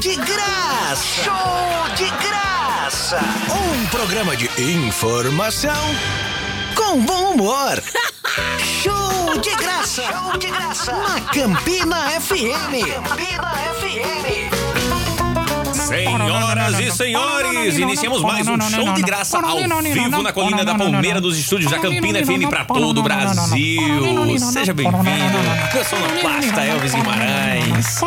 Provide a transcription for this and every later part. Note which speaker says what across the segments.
Speaker 1: de graça! Show de graça! Um programa de informação com bom humor. Show de graça! Show de graça! Na Campina FM! Campina FM!
Speaker 2: Senhoras e senhores, iniciamos mais um show de graça ao vivo na colina da Palmeira dos estúdios da Campina FM para todo o Brasil. Seja bem-vindo. Eu sou o Plasta Elvis Guimarães.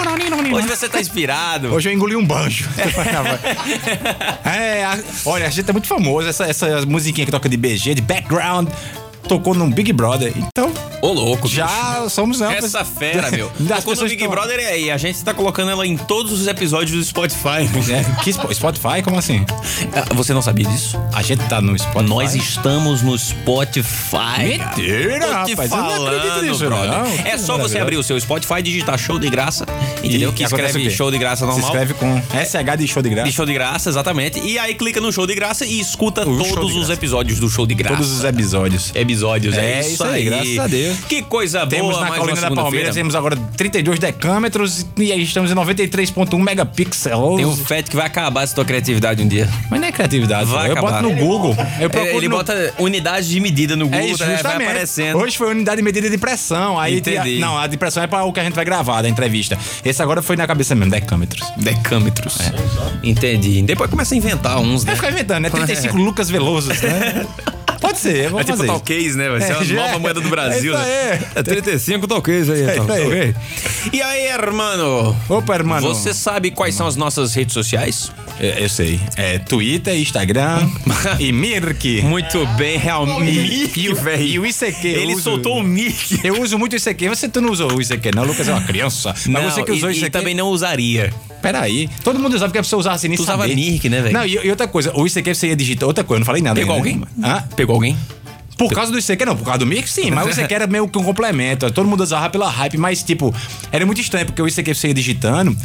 Speaker 2: Hoje você tá inspirado.
Speaker 3: Hoje eu engoli um banjo. É, a- olha, a gente é muito famoso. Essa, essa musiquinha que toca de BG, de background, tocou num Big Brother. Então,
Speaker 2: Ô louco, bicho.
Speaker 3: já somos amplos.
Speaker 2: Essa fera, meu.
Speaker 3: Das
Speaker 2: Quando o
Speaker 3: pessoas
Speaker 2: Big
Speaker 3: que estão-
Speaker 2: Brother é aí, a gente tá colocando ela em todos os episódios do Spotify.
Speaker 3: É, que Spo- Spotify? Como assim?
Speaker 2: Ah, Você não sabia disso?
Speaker 3: A gente tá no Spotify.
Speaker 2: Nós estamos no Spotify.
Speaker 3: Mentira,
Speaker 2: cara. Tô te
Speaker 3: rapaz, eu não
Speaker 2: falando,
Speaker 3: acredito nisso,
Speaker 2: brother.
Speaker 3: não.
Speaker 2: É só você
Speaker 3: Maravilha.
Speaker 2: abrir o seu Spotify, digitar show de graça, entendeu?
Speaker 3: E
Speaker 2: Que
Speaker 3: acontece o
Speaker 2: escreve
Speaker 3: quê?
Speaker 2: show de graça
Speaker 3: Se
Speaker 2: normal.
Speaker 3: escreve com SH de show de graça.
Speaker 2: De show de graça, exatamente. E aí clica no show de graça e escuta
Speaker 3: show de
Speaker 2: todos os
Speaker 3: graça.
Speaker 2: episódios do show de graça.
Speaker 3: Todos os episódios.
Speaker 2: episódios. É,
Speaker 3: É
Speaker 2: isso,
Speaker 3: isso
Speaker 2: aí.
Speaker 3: aí, graças a Deus.
Speaker 2: Que coisa
Speaker 3: Temos
Speaker 2: boa.
Speaker 3: na
Speaker 2: mais uma
Speaker 3: colina da
Speaker 2: segunda-feira.
Speaker 3: Palmeiras, temos agora 32 decâmetros e aí estamos em 93.1 megapixels.
Speaker 2: Tem um fat que vai acabar essa tua criatividade um dia.
Speaker 3: Mas não é criatividade,
Speaker 2: Vai
Speaker 3: eu
Speaker 2: acabar.
Speaker 3: boto no Google. Eu procuro
Speaker 2: Ele
Speaker 3: no...
Speaker 2: bota unidade de medida no Google,
Speaker 3: É isso,
Speaker 2: né? vai
Speaker 3: justamente.
Speaker 2: aparecendo.
Speaker 3: Hoje foi unidade de medida de pressão. Aí
Speaker 2: Entendi.
Speaker 3: tem a- não, a de pressão é para o que a gente vai gravar da entrevista. Esse agora foi na cabeça mesmo, decâmetros.
Speaker 2: Decâmetros.
Speaker 3: É.
Speaker 2: Entendi. Depois começa a inventar uns, né?
Speaker 3: Vai ficar inventando, né? 35 Lucas Velozos, né? Pode ser, vamos
Speaker 2: É tipo
Speaker 3: fazer.
Speaker 2: tal
Speaker 3: isso.
Speaker 2: case, né? Vai ser
Speaker 3: É,
Speaker 2: uma
Speaker 3: já
Speaker 2: nova
Speaker 3: é.
Speaker 2: moeda do Brasil,
Speaker 3: É isso
Speaker 2: né?
Speaker 3: aí. É
Speaker 2: É 35 tal case aí, tal,
Speaker 3: isso aí.
Speaker 2: ok? E aí, hermano?
Speaker 3: Opa, hermano.
Speaker 2: Você sabe quais são as nossas redes sociais?
Speaker 3: É, eu sei. É Twitter, Instagram e Mirk.
Speaker 2: Muito bem, realmente.
Speaker 3: E o- e o ICQ. eu
Speaker 2: Ele
Speaker 3: uso-
Speaker 2: soltou o Mickey.
Speaker 3: Eu uso muito o ICQ. Você tu não usou o ICQ, não? O Lucas é uma criança. Mas você que usou
Speaker 2: e,
Speaker 3: isso
Speaker 2: e
Speaker 3: aqui.
Speaker 2: também não usaria.
Speaker 3: Peraí. Todo mundo usava porque a pessoa usava assim nem
Speaker 2: Tu usava
Speaker 3: saber.
Speaker 2: Mirk, né, velho?
Speaker 3: Não, e, e outra coisa, o ICQ você ia digitar. Outra coisa, eu não falei nada.
Speaker 2: Pegou
Speaker 3: ainda,
Speaker 2: alguém?
Speaker 3: né? Hã?
Speaker 2: Pegou alguém?
Speaker 3: Por causa do ICQ, não, por causa do Mirk, sim, mas o ICQ era meio que um complemento. Todo mundo usava pela hype, mas tipo, era muito estranho, porque o ICQ você ia digitando.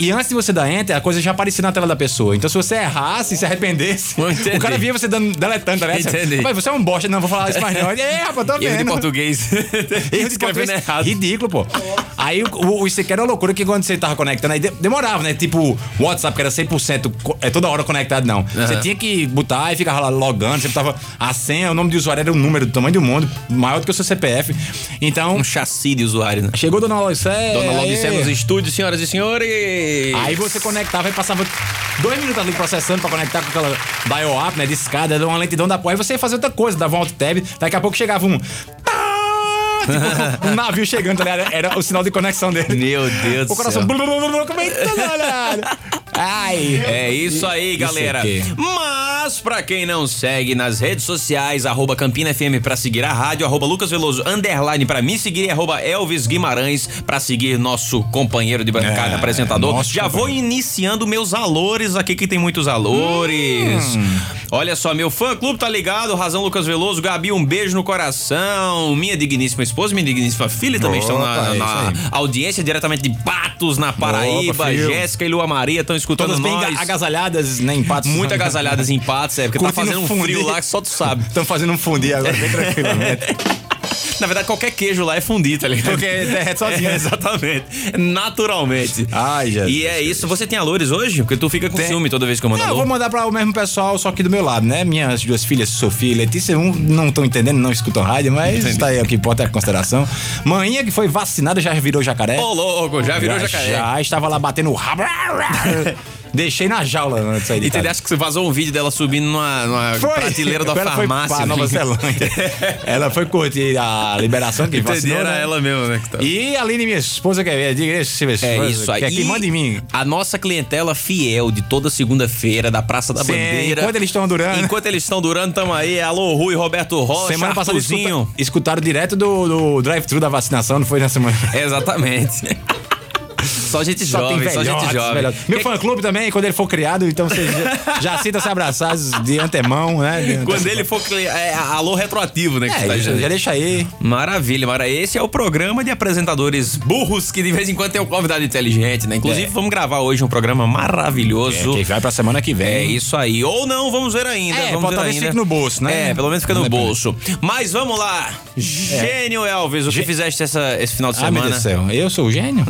Speaker 3: E antes de você dar enter, a coisa já aparecia na tela da pessoa. Então, se você errasse, se arrependesse,
Speaker 2: Eu entendi.
Speaker 3: o cara via você dando, deletando, tá ligado?
Speaker 2: Entendi.
Speaker 3: Mas você é um bosta, não vou falar isso mais não. E aí, rapaz, tô
Speaker 2: Erro de
Speaker 3: vendo.
Speaker 2: português.
Speaker 3: Erro né? de português. Ridículo, pô. Aí o, o ICQ era uma loucura que quando você tava conectando, aí de- demorava, né? Tipo, o WhatsApp, que era 100%, co- é toda hora conectado, não. Você tinha que botar e ficava lá logando, sempre tava. A senha, o nome de usuário era um número do tamanho do mundo, maior do que o seu CPF. Então,
Speaker 2: Um chassi de usuário, né?
Speaker 3: chegou Dona Loicé.
Speaker 2: Dona é Laudicé
Speaker 3: aí-
Speaker 2: nos estúdios, senhoras e senhores.
Speaker 3: É, Aí você conectava e passava dois minutos ali processando pra conectar com aquela dial up, né? De escada, dava uma lentidão da porra. Aí você ia fazer outra coisa, dava um alt tab. Daqui a pouco chegava um. tá, Tipo, um navio chegando, tá ligado? Era o sinal de conexão dele.
Speaker 2: Meu Deus
Speaker 3: O
Speaker 2: do
Speaker 3: coração.
Speaker 2: céu.
Speaker 3: Blu, blu, blu, blu, como é que tá, galera? Ai.
Speaker 2: É isso aí, galera.
Speaker 3: aqui.
Speaker 2: Mas, pra quem não segue nas redes sociais, arroba Campina FM pra seguir a rádio, arroba Lucas Veloso, underline pra me seguir, e arroba Elvis Guimarães pra seguir nosso companheiro de bancada,
Speaker 3: É,
Speaker 2: apresentador.
Speaker 3: nosso
Speaker 2: Já vou iniciando meus alores aqui, que tem muitos alores.
Speaker 3: Hum.
Speaker 2: Olha só, meu fã-clube tá ligado, Razão Lucas Veloso, Gabi, um beijo no coração, minha digníssima esposa, minha digníssima filha também estão
Speaker 3: Opa,
Speaker 2: na,
Speaker 3: é
Speaker 2: na
Speaker 3: isso aí.
Speaker 2: audiência diretamente de Patos, na Paraíba,
Speaker 3: Opa, filho.
Speaker 2: Jéssica e Lua Maria estão escutando
Speaker 3: Todas bem
Speaker 2: nós.
Speaker 3: agasalhadas, né? Em patos.
Speaker 2: Muito agasalhadas em patos, é, porque tá
Speaker 3: Curtindo
Speaker 2: fazendo um
Speaker 3: fundir.
Speaker 2: frio lá que só tu sabe.
Speaker 3: Estão fazendo um fundir agora, bem tranquilamente.
Speaker 2: Na verdade, qualquer queijo lá é fundir, tá ligado?
Speaker 3: Porque derrete sozinho.
Speaker 2: É, exatamente. Naturalmente.
Speaker 3: Ai, Jesus.
Speaker 2: E é isso. Você tem alores hoje? Porque tu fica com
Speaker 3: Tem.
Speaker 2: ciúme toda vez que eu mando
Speaker 3: Não, eu vou
Speaker 2: alô.
Speaker 3: mandar para o mesmo pessoal, só que do meu lado, né? Minhas duas filhas, Sofia e Letícia, um não estão entendendo, não escutam rádio, mas tá aí o que importa é a consideração. Maninha, que foi vacinada, já virou jacaré.
Speaker 2: Ô, louco, já virou
Speaker 3: já,
Speaker 2: jacaré.
Speaker 3: Já estava lá batendo o rabo. Deixei na jaula antes aí de
Speaker 2: E
Speaker 3: casa.
Speaker 2: teve, acho que você vazou um vídeo dela subindo numa, numa
Speaker 3: Foi.
Speaker 2: prateleira da
Speaker 3: ela
Speaker 2: farmácia.
Speaker 3: Foi pra Nova
Speaker 2: né?
Speaker 3: Zelândia. ela foi curtir a liberação que
Speaker 2: Entendi,
Speaker 3: vacinou,
Speaker 2: era
Speaker 3: né?
Speaker 2: ela mesmo, né? que tava-
Speaker 3: E a Aline, minha esposa, que é, diga isso, minha
Speaker 2: É
Speaker 3: esposa,
Speaker 2: isso aí.
Speaker 3: Que é quem
Speaker 2: E
Speaker 3: manda em mim.
Speaker 2: A nossa clientela fiel de toda segunda-feira da Praça da
Speaker 3: Sim,
Speaker 2: Bandeira.
Speaker 3: enquanto eles estão durando.
Speaker 2: Enquanto eles estão durando, tamo aí. Alô, Rui, Roberto Rocha,
Speaker 3: Semana passada
Speaker 2: Arthurzinho.
Speaker 3: escuta, escutaram direto do, do drive-thru da vacinação, não foi na semana?
Speaker 2: Exatamente. só gente
Speaker 3: Só
Speaker 2: jovem,
Speaker 3: tem
Speaker 2: só
Speaker 3: velhotes,
Speaker 2: gente jovem. é
Speaker 3: velhotes. Meu fã-clube também, quando ele for criado, então vocês já, já sinta-se abraçados de antemão, né? De-
Speaker 2: Quando ele for. cli- É, alô retroativo, né? que você
Speaker 3: É,
Speaker 2: tá
Speaker 3: já,
Speaker 2: dizendo.
Speaker 3: já deixa aí.
Speaker 2: Maravilha, Mara. Esse é o programa de apresentadores burros que de vez em quando tem um convidado inteligente, né? Inclusive,
Speaker 3: É.
Speaker 2: vamos gravar hoje um programa maravilhoso.
Speaker 3: É, que vai pra semana que vem.
Speaker 2: É isso aí. Ou não, vamos ver ainda.
Speaker 3: Hum. É,
Speaker 2: vamos
Speaker 3: pode-
Speaker 2: ver
Speaker 3: talvez
Speaker 2: ainda.
Speaker 3: fique no bolso, né?
Speaker 2: É, pelo menos fica no
Speaker 3: Não é pra-
Speaker 2: bolso. Mas vamos lá. Gênio Elvis, o que fizeste essa- esse final de
Speaker 3: Ah, meu Deus
Speaker 2: semana?
Speaker 3: do céu. Eu sou o gênio?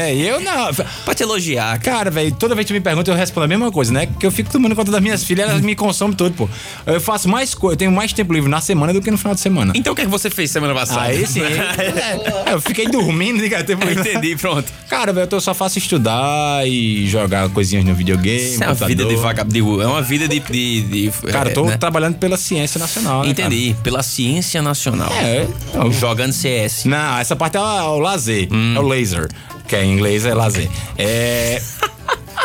Speaker 3: É, e Eu não.
Speaker 2: Pra te elogiar, cara.
Speaker 3: Cara, velho, toda vez que me perguntam, eu respondo a mesma coisa, né? Que eu fico tomando conta das minhas filhas, elas me consomem todo, pô. Eu faço mais coisa, eu tenho mais tempo livre na semana do que no final de semana.
Speaker 2: Então o que é que você fez semana passada?
Speaker 3: Aí sim. é, eu fiquei dormindo, cara, tempo
Speaker 2: Eu
Speaker 3: livre.
Speaker 2: entendi, pronto.
Speaker 3: Cara, velho, eu tô- só faço estudar e jogar coisinhas no videogame.
Speaker 2: Isso é uma
Speaker 3: computador.
Speaker 2: vida de vagabundo. É uma vida de. de, de
Speaker 3: Cara, eu tô tá-
Speaker 2: é, né?
Speaker 3: trabalhando pela ciência nacional. né, cara?
Speaker 2: Entendi. Pela ciência nacional.
Speaker 3: É, eu-
Speaker 2: Jogando CS.
Speaker 3: Não, essa parte é o lazer.
Speaker 2: Hum.
Speaker 3: É o laser. Que em inglês é lazer. É.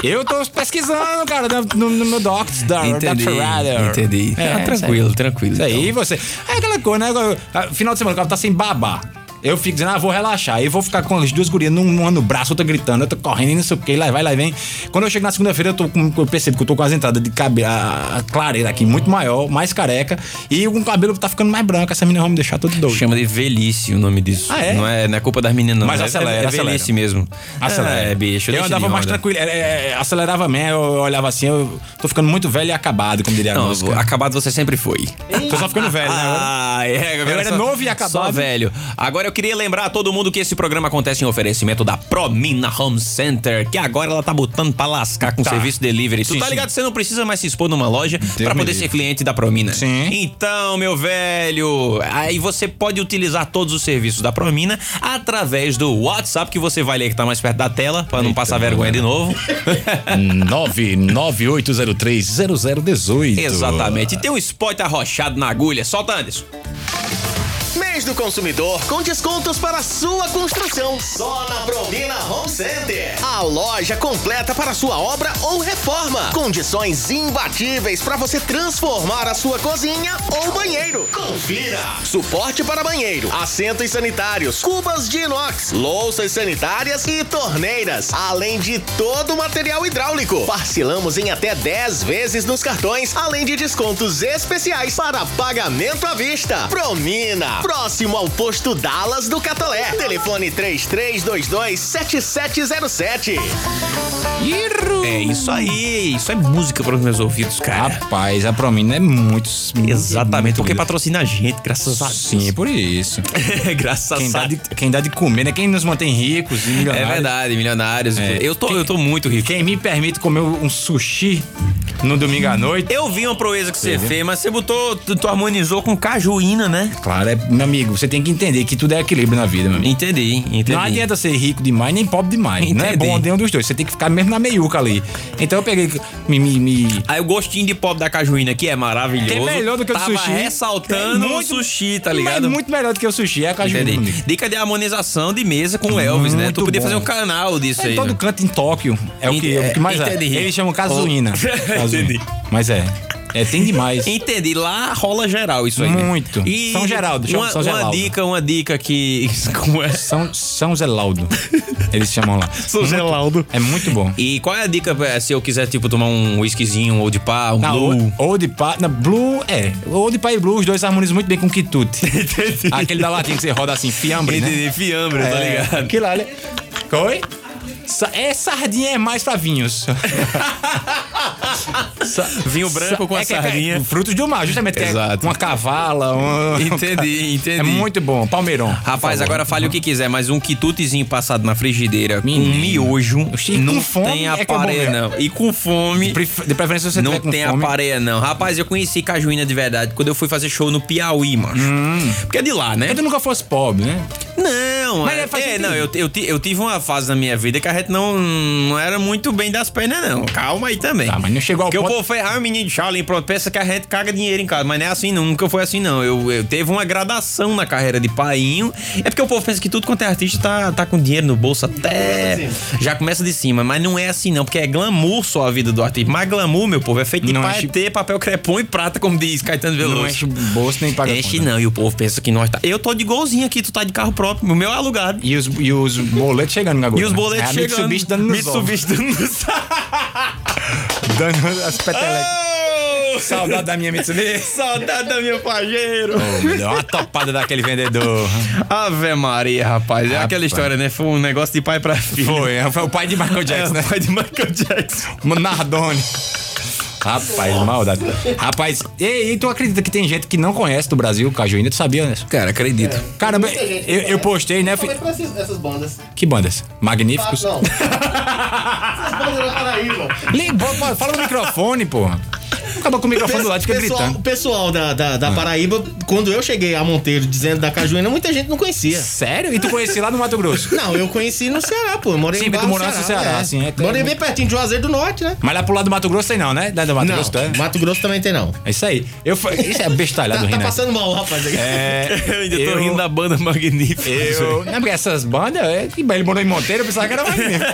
Speaker 3: Eu tô pesquisando, cara, no, no meu docs da
Speaker 2: Entendi,
Speaker 3: da Ferrari.
Speaker 2: entendi. Ah, tranquilo, tranquilo, então.
Speaker 3: É, Isso aí você. É aquela coisa, né? Ah, Final de semana, o cara tá sem babá. Eu fico dizendo, ah, vou relaxar. Aí vou ficar com as duas gurias, num- uma no braço, outra gritando, outra correndo, e não sei o que, lá vai, lá vem. Quando eu chego na segunda-feira, eu, tô com- eu percebo que eu tô com as entradas de cabelo, a, a clareira aqui muito maior, mais careca, e o cabelo tá ficando mais branco. Essa menina vai me deixar todo doido.
Speaker 2: Chama de velhice o nome disso.
Speaker 3: Ah, é?
Speaker 2: Não é, não é culpa das meninas, não.
Speaker 3: Mas
Speaker 2: é,
Speaker 3: acelera,
Speaker 2: é, é
Speaker 3: acelera.
Speaker 2: velhice mesmo.
Speaker 3: Acelera.
Speaker 2: É, bicho.
Speaker 3: Eu
Speaker 2: deixa de
Speaker 3: andava mais
Speaker 2: onda.
Speaker 3: tranquilo. era- é, é, acelerava mesmo, eu olhava assim, eu tô ficando muito velho e acabado, como diria a
Speaker 2: Não,
Speaker 3: música.
Speaker 2: acabado você sempre foi.
Speaker 3: Tô só ficando velho, né? agora?
Speaker 2: Ah, é, agora
Speaker 3: Eu era
Speaker 2: só-
Speaker 3: novo e
Speaker 2: Só
Speaker 3: acabado.
Speaker 2: velho. Agora eu queria lembrar a todo mundo que esse programa acontece em oferecimento da Promina Home Center, que agora ela tá botando pra lascar com
Speaker 3: Tá.
Speaker 2: serviço delivery. tu
Speaker 3: Sim,
Speaker 2: tá
Speaker 3: sim.
Speaker 2: ligado? Você não precisa mais se expor numa loja pra
Speaker 3: me
Speaker 2: poder
Speaker 3: livre.
Speaker 2: ser cliente da Promina.
Speaker 3: Sim.
Speaker 2: Então, meu velho, aí você pode utilizar todos os serviços da Promina através do WhatsApp que você vai ler que tá mais perto da tela, pra não passar vergonha de novo.
Speaker 3: 998030018.
Speaker 2: Exatamente. E tem um spot arrochado na agulha. Solta, Anderson.
Speaker 4: Mês do consumidor com descontos para sua construção. Só na Promina Home Center. A loja completa para sua obra ou reforma. Condições imbatíveis para você transformar a sua cozinha ou banheiro. Confira. Suporte para banheiro, assentos sanitários, cubas de inox, louças sanitárias e torneiras. Além de todo o material hidráulico. Parcelamos em até 10 vezes nos cartões, além de descontos especiais para pagamento à vista. Promina, próximo ao posto Dallas do Catolé. Telefone 3322-7707.
Speaker 2: É isso aí, isso é música para os meus ouvidos,
Speaker 3: Ah,
Speaker 2: cara.
Speaker 3: Rapaz, a Promina é muito.
Speaker 2: Exatamente,
Speaker 3: muito-
Speaker 2: porque patrocina a gente, graças a Deus.
Speaker 3: Sim, por isso. É
Speaker 2: graças
Speaker 3: Quem
Speaker 2: a
Speaker 3: dá, de,
Speaker 2: Deus.
Speaker 3: quem dá de comer, né? Quem nos mantém ricos e
Speaker 2: É
Speaker 3: milionários.
Speaker 2: verdade, milionários. Eu, tô, eu tô muito rico.
Speaker 3: É. Quem me permite comer um sushi no domingo à noite.
Speaker 2: Eu vi uma proeza que você fez, mas você botou, tu, tu harmonizou com cajuína, né?
Speaker 3: Claro, é, meu amigo, você tem que entender que tudo é equilíbrio na vida, meu amigo.
Speaker 2: Entendi, entendi.
Speaker 3: Não adianta ser rico demais nem pobre demais. Não é
Speaker 2: Entendi.
Speaker 3: bom nenhum dos dois. Você tem que ficar mesmo na meiuca ali. Então eu peguei. Me, me, me-
Speaker 2: Aí o gostinho de pobre da cajuína, que é maravilhoso.
Speaker 3: Que é melhor do que o
Speaker 2: tava
Speaker 3: sushi.
Speaker 2: ressaltando
Speaker 3: Tem
Speaker 2: o
Speaker 3: muito-
Speaker 2: sushi, tá
Speaker 3: Mas
Speaker 2: ligado?
Speaker 3: muito melhor do que o sushi, é a caju. meu
Speaker 2: Entendi.
Speaker 3: amigo.
Speaker 2: Dica de harmonização de mesa com o Elvis, né? Tu
Speaker 3: Muito
Speaker 2: podia fazer
Speaker 3: bom.
Speaker 2: um canal disso
Speaker 3: É
Speaker 2: aí.
Speaker 3: em todo
Speaker 2: né?
Speaker 3: canto em Tóquio. É o que, é o que mais é.
Speaker 2: Entendi.
Speaker 3: Eles chamam casuína.
Speaker 2: Oh.
Speaker 3: Casuína.
Speaker 2: Entendi.
Speaker 3: Mas é. É, tem demais.
Speaker 2: Entendi, lá rola geral isso aí. né?
Speaker 3: Muito.
Speaker 2: E
Speaker 3: São Geraldo, chama
Speaker 2: uma,
Speaker 3: São
Speaker 2: uma
Speaker 3: Geraldo.
Speaker 2: dica, uma dica que como é?
Speaker 3: São, São Zelaudo. Eles chamam lá. São
Speaker 2: Geraldo.
Speaker 3: É muito bom.
Speaker 2: E qual é a dica eh, se eu quiser tipo tomar um whiskyzinho ou de pá, um
Speaker 3: Ah,
Speaker 2: blue?
Speaker 3: o- Old Pie. na Blue, é. Old Pie e Blue, os dois harmonizam muito bem com quitute. Aquele da latinha que você roda assim, fiambre, né?
Speaker 2: Entendi, fiambre, tá
Speaker 3: É,
Speaker 2: ligado?
Speaker 3: Aquilo lá, né? Oi? Sa- É sardinha, é mais pra vinhos.
Speaker 2: Vinho branco com
Speaker 3: É
Speaker 2: a
Speaker 3: que- é que-
Speaker 2: sardinha.
Speaker 3: frutos do mar, justamente. que é
Speaker 2: Exato.
Speaker 3: uma cavala. um-
Speaker 2: Entendi, entendi.
Speaker 3: É muito bom. Palmeirão.
Speaker 2: Rapaz, agora fale o que quiser, mas um quitutezinho passado na frigideira com
Speaker 3: Menino.
Speaker 2: miojo
Speaker 3: Oxi, e
Speaker 2: não
Speaker 3: com fome
Speaker 2: tem
Speaker 3: é que é bom
Speaker 2: aparelho,
Speaker 3: mesmo.
Speaker 2: não. E com fome...
Speaker 3: Pref- De preferência se você
Speaker 2: Não
Speaker 3: tiver com
Speaker 2: tem
Speaker 3: fome.
Speaker 2: aparelho, não. Rapaz, eu conheci Cajuína de verdade quando eu fui fazer show no Piauí, macho.
Speaker 3: Hum.
Speaker 2: Porque é de lá, né?
Speaker 3: Eu nunca fosse pobre, né?
Speaker 2: Não,
Speaker 3: Mas
Speaker 2: é,
Speaker 3: é, faz
Speaker 2: é,
Speaker 3: sentido.
Speaker 2: não, eu, eu, ti- eu tive uma fase na minha vida que a gente não, não era muito bem das pernas, não. Calma aí também.
Speaker 3: Tá, mas não chegou ao
Speaker 2: Porque o
Speaker 3: ponto-
Speaker 2: povo foi, ah, menino de Charlie, pronto, pensa que a gente caga dinheiro em casa. Mas não é assim, não. Nunca foi assim, não. Eu, eu teve uma gradação na carreira de painho. É porque o povo pensa que tudo quanto é artista tá, tá com dinheiro no bolso até. Já começa de cima. Mas não é assim, não. Porque é glamour só a vida do artista. Mas glamour, meu povo, é feito de
Speaker 3: Não tipo-
Speaker 2: paetê, papel crepom e prata, como diz Caetano Veloso.
Speaker 3: Não é enche o bolso nem paga
Speaker 2: Enche
Speaker 3: conta.
Speaker 2: não, e o povo pensa que nós tá. Eu tô de golzinho aqui, tu tá de carro próprio, o meu é alugado.
Speaker 3: E os, e os boletos chegando, Gagu.
Speaker 2: E os boletos
Speaker 3: é,
Speaker 2: chegando.
Speaker 3: A Mitsubishi dando nos ovos.
Speaker 2: Mitsubishi dando nos
Speaker 3: Dando as petelecas.
Speaker 2: Oh,
Speaker 3: Saudade da minha Mitsubishi.
Speaker 2: Saudade da minha pajeiro.
Speaker 3: Oh, me deu uma topada daquele vendedor.
Speaker 2: Ave Maria, rapaz. É
Speaker 3: Rapaz.
Speaker 2: aquela história, né? Foi um negócio de pai pra filho.
Speaker 3: é, Foi, foi o pai de Michael Jackson,
Speaker 2: É,
Speaker 3: né?
Speaker 2: pai de Michael Jackson.
Speaker 3: Nardone. Rapaz, maldade. Rapaz, e, e tu acredita que tem gente que não conhece do Brasil o Cajuína? Tu sabia, né?
Speaker 2: Cara, acredito.
Speaker 3: Caramba,
Speaker 5: Muita gente
Speaker 3: eu,
Speaker 5: não
Speaker 3: eu
Speaker 5: conhece.
Speaker 3: postei, né? fi-
Speaker 5: Principalmente com essas, essas bandas.
Speaker 3: Que bandas?
Speaker 5: Ah,
Speaker 3: Magníficos.
Speaker 5: não. essas bandas da Paraíba.
Speaker 3: Limpa, pô, fala no microfone, porra. Acaba com o microfone do lado, fica
Speaker 5: pessoal,
Speaker 3: é gritando.
Speaker 5: O pessoal da, da, da Paraíba, quando eu cheguei a Monteiro dizendo da Cajuína, muita gente não conhecia.
Speaker 3: Sério? E tu conheci lá no Mato Grosso?
Speaker 5: Não, eu conheci no Ceará, pô. Eu morei
Speaker 3: Sim,
Speaker 5: em
Speaker 3: porque tu
Speaker 5: Barra do
Speaker 3: morou no Ceará, sim, é, tem-
Speaker 5: Morei bem pertinho de Juazeiro do Norte, né?
Speaker 3: Mas lá pro lado do Mato Grosso tem não, né? Lá do Mato
Speaker 5: não,
Speaker 3: Grosso tem.
Speaker 5: Mato Grosso também tem não.
Speaker 3: É isso aí. Eu, fa- isso é bestalhado
Speaker 5: Tá,
Speaker 3: do
Speaker 5: tá
Speaker 3: Renato.
Speaker 5: passando mal, rapaz. aí.
Speaker 3: É,
Speaker 2: Eu ainda tô rindo da banda Magnífica.
Speaker 3: Eu. Não, porque essas bandas. É, que ele morou em Monteiro, eu pensava que era mais mesmo.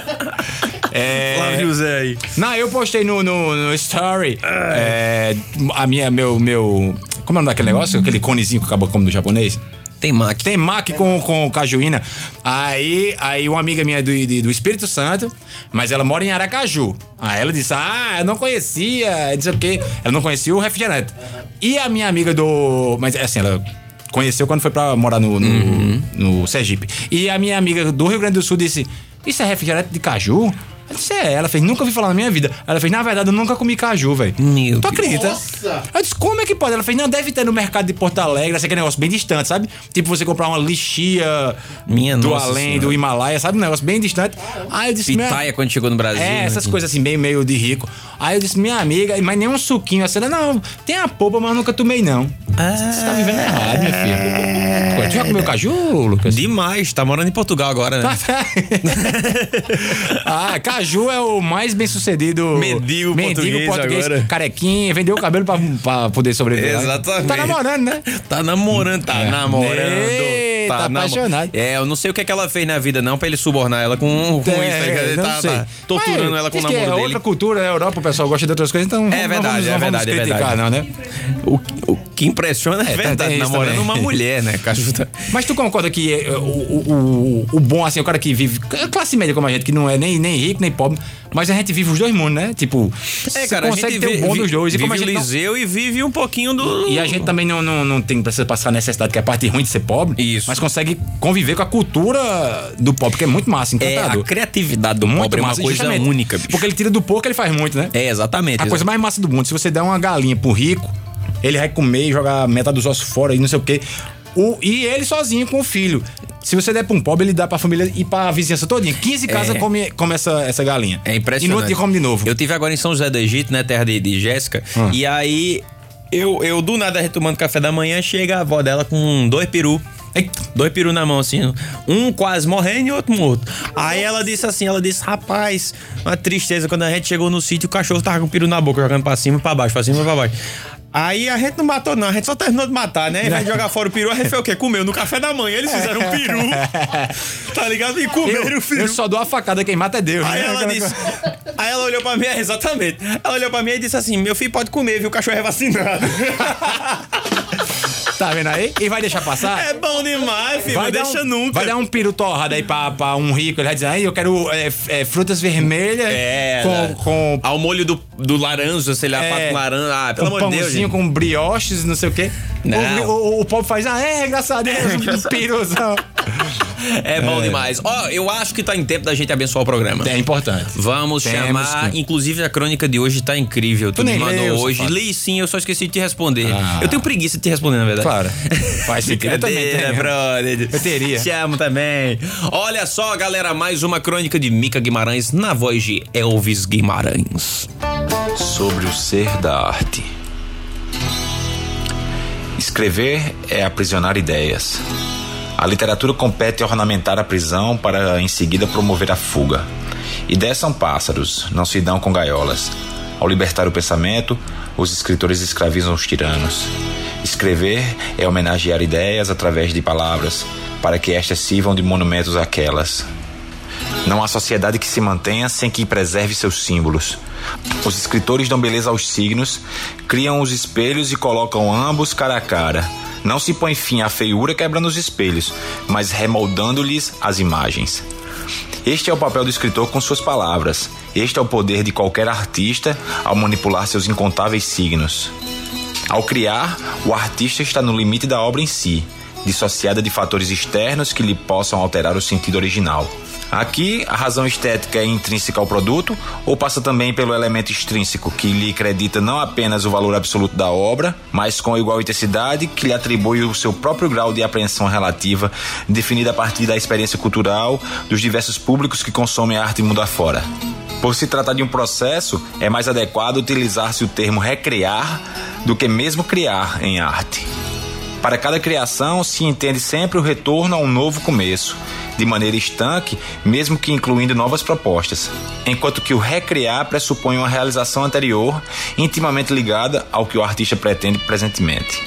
Speaker 3: É,
Speaker 2: José aí.
Speaker 3: não, eu postei no, no, no Story é, a minha, meu, meu. Como é o nome daquele negócio? Aquele conezinho que acabou como do japonês?
Speaker 2: Tem Mac.
Speaker 3: Tem Mac com, com cajuína. Aí, aí uma amiga minha é do, de- do Espírito Santo, mas ela mora em Aracaju. Aí ela disse: Ah, eu não conhecia, não sei o quê. Ela não conhecia o refrigerante. E a minha amiga do. Mas assim, ela conheceu quando foi pra morar no, no,
Speaker 2: Uhum.
Speaker 3: no Sergipe. E a minha amiga do Rio Grande do Sul disse: Isso é refrigerante de caju? Eu disse, é, ela fez, nunca ouvi falar na minha vida. Ela fez, na verdade, eu nunca comi caju, velho.
Speaker 2: Meu
Speaker 3: Tu
Speaker 2: Deus.
Speaker 3: acredita?
Speaker 5: Nossa!
Speaker 3: Então, Eu disse, como é que pode? Ela fez, não, deve ter no mercado de Porto Alegre, esse aqui é um negócio bem distante, sabe? Tipo você comprar uma lixia
Speaker 2: Minha
Speaker 3: do
Speaker 2: nossa
Speaker 3: além,
Speaker 2: senhora.
Speaker 3: do Himalaia, sabe? Um negócio bem distante. Aí eu disse, minha-
Speaker 2: Pitaia quando chegou no Brasil. né?
Speaker 3: É, essas coisas assim, bem meio de rico. Aí eu disse, minha amiga, mas nem um suquinho. Assim, ela, não, tem a polpa, mas eu nunca tomei, não.
Speaker 2: Ah,
Speaker 3: Você tá vivendo errado, minha filha. Pô, tu já comeu caju, Lucas?
Speaker 2: é. Demais, tá morando em Portugal agora, né?
Speaker 3: ah, Caju é o mais bem sucedido.
Speaker 2: Mendigo português agora.
Speaker 3: Carequinha, vendeu o cabelo pra, pra poder sobreviver.
Speaker 2: Exatamente.
Speaker 3: Tá namorando, né?
Speaker 2: Tá namorando, tá namorando.
Speaker 3: Ei, tá
Speaker 2: namo-
Speaker 3: É. apaixonado.
Speaker 2: É, eu não sei o que, é que ela fez na vida, não, pra ele subornar ela com, com isso. Tá,
Speaker 3: É,
Speaker 2: ligado?
Speaker 3: não
Speaker 2: tá,
Speaker 3: sei.
Speaker 2: tá torturando
Speaker 3: Mas
Speaker 2: ela com o
Speaker 3: diz que
Speaker 2: namoro
Speaker 3: é
Speaker 2: dele.
Speaker 3: outra cultura, na Europa o pessoal gosta de outras coisas,
Speaker 2: É
Speaker 3: então não vamos,
Speaker 2: verdade, é
Speaker 3: não vamos
Speaker 2: verdade, é
Speaker 3: criticar,
Speaker 2: verdade.
Speaker 3: não, né?
Speaker 2: O, que- o que impressiona é,
Speaker 3: É, tá-
Speaker 2: verdade,
Speaker 3: tem isso
Speaker 2: namorando
Speaker 3: também.
Speaker 2: uma mulher, né? Caju tá-
Speaker 3: Mas tu concorda que eh, o, o, o- o bom, assim, o cara que vive. Classe média como a gente, que não é nem, nem rico, nem pobre, mas a gente vive os dois mundos, né? Tipo,
Speaker 2: É,
Speaker 3: você
Speaker 2: cara, a
Speaker 3: consegue
Speaker 2: gente
Speaker 3: ter
Speaker 2: vi-
Speaker 3: o bom
Speaker 2: vi-
Speaker 3: dos dois. E
Speaker 2: vive
Speaker 3: como a gente.
Speaker 2: o
Speaker 3: não-
Speaker 2: Liseu e vive um pouquinho do...
Speaker 3: E a gente tá também não, não, não tem, precisa passar a necessidade, que é a parte ruim de ser pobre,
Speaker 2: Isso.
Speaker 3: mas consegue conviver com a cultura do pobre, que é muito massa,
Speaker 2: É, a
Speaker 3: encantador.
Speaker 2: criatividade do
Speaker 3: muito
Speaker 2: pobre é uma
Speaker 3: massa,
Speaker 2: coisa
Speaker 3: justamente.
Speaker 2: única, bicho.
Speaker 3: Porque ele tira do pouco, ele faz muito, né?
Speaker 2: É, exatamente.
Speaker 3: A coisa mais massa do mundo, se você der uma galinha pro rico, ele vai comer e jogar metade dos ossos fora e não sei o quê. O, e ele sozinho com o filho. Se você der pra um pobre, ele dá pra família e pra vizinhança todinha. 15 casas
Speaker 2: É.
Speaker 3: come, come essa, essa galinha.
Speaker 2: É impressionante.
Speaker 3: E no outro dia come de novo. Ah.
Speaker 2: Eu tive agora em São José do Egito, né? Terra de, de Jéssica. E aí, eu, eu do nada retomando café da manhã, chega a avó dela com dois peru.
Speaker 3: Eita.
Speaker 2: Dois peru na mão, assim. Um quase morrendo e outro morto. Aí ela disse assim, ela disse, rapaz, uma tristeza. Quando a gente chegou no sítio, o cachorro tava com o peru na boca, jogando pra cima e pra baixo, pra cima e pra baixo. Aí a gente não matou, não. A gente só terminou de matar, né? Ao invés de jogar fora o peru, a gente fez o quê? Comeu no café da manhã. Eles fizeram um peru, tá ligado? E comeram
Speaker 3: É. Eu,
Speaker 2: o peru.
Speaker 3: eu só dou a facada, quem mata é Deus.
Speaker 2: Aí
Speaker 3: né?
Speaker 2: ela
Speaker 3: Aquela
Speaker 2: disse.
Speaker 3: coisa.
Speaker 2: Aí ela olhou pra mim, é, exatamente. Ela olhou pra mim e disse assim: meu filho pode comer, viu? O cachorro é vacinado.
Speaker 3: Tá vendo aí? E vai deixar passar?
Speaker 2: é bom demais, filho. não
Speaker 3: Vai dar
Speaker 2: deixa
Speaker 3: um,
Speaker 2: nunca.
Speaker 3: Vai dar um peru torrado aí pra, pra um rico. Ele vai dizer, aí eu quero é, f- é, frutas vermelhas
Speaker 2: É,
Speaker 3: com, com
Speaker 2: Ao molho do, do laranja, sei lá,
Speaker 3: É,
Speaker 2: pato com laranja. Ah, pelo
Speaker 3: um
Speaker 2: amor de Deus.
Speaker 3: pãozinho
Speaker 2: gente.
Speaker 3: com brioches, não sei o quê.
Speaker 2: Não.
Speaker 3: O, o, o povo faz, ah, é, graças a Deus, um piruzão.
Speaker 2: É bom demais. Ó, eu acho que tá em tempo da gente abençoar o programa.
Speaker 3: É importante.
Speaker 2: Vamos
Speaker 3: Temos
Speaker 2: chamar.
Speaker 3: que-
Speaker 2: Inclusive, a crônica de hoje tá incrível. Tu,
Speaker 3: Tu
Speaker 2: me
Speaker 3: nem
Speaker 2: mandou
Speaker 3: leu,
Speaker 2: hoje.
Speaker 3: safado.
Speaker 2: Li sim, eu só esqueci de te responder.
Speaker 3: Ah.
Speaker 2: Eu tenho preguiça de te responder, na verdade.
Speaker 3: Claro. Faz sentido. Eu também
Speaker 2: Brincadeira,
Speaker 3: tenho.
Speaker 2: brother.
Speaker 3: Eu teria.
Speaker 2: Te amo também. Olha só, galera, mais uma crônica de Mica Guimarães na voz de Elvis Guimarães.
Speaker 6: sobre o ser da arte. Escrever é aprisionar ideias. A literatura compete ornamentar a prisão para em seguida promover a fuga. Ideias são pássaros, não se dão com gaiolas. Ao libertar o pensamento, os escritores escravizam os tiranos. Escrever é homenagear ideias através de palavras, para que estas sirvam de monumentos àquelas. Não há sociedade que se mantenha sem que preserve seus símbolos. Os escritores dão beleza aos signos, criam os espelhos e colocam ambos cara a cara. Não se põe fim à feiura quebrando os espelhos, mas remoldando-lhes as imagens. Este é o papel do escritor com suas palavras. Este é o poder de qualquer artista ao manipular seus incontáveis signos. Ao criar, o artista está no limite da obra em si, dissociada de fatores externos que lhe possam alterar o sentido original. Aqui, a razão estética é intrínseca ao produto ou passa também pelo elemento extrínseco, que lhe acredita não apenas o valor absoluto da obra, mas com igual intensidade que lhe atribui o seu próprio grau de apreensão relativa, definida a partir da experiência cultural dos diversos públicos que consomem a arte mundo afora. Por se tratar de um processo, é mais adequado utilizar-se o termo recriar do que mesmo criar em arte. Para cada criação se entende sempre o retorno a um novo começo, de maneira estanque, mesmo que incluindo novas propostas, enquanto que o recriar pressupõe uma realização anterior intimamente ligada ao que o artista pretende presentemente.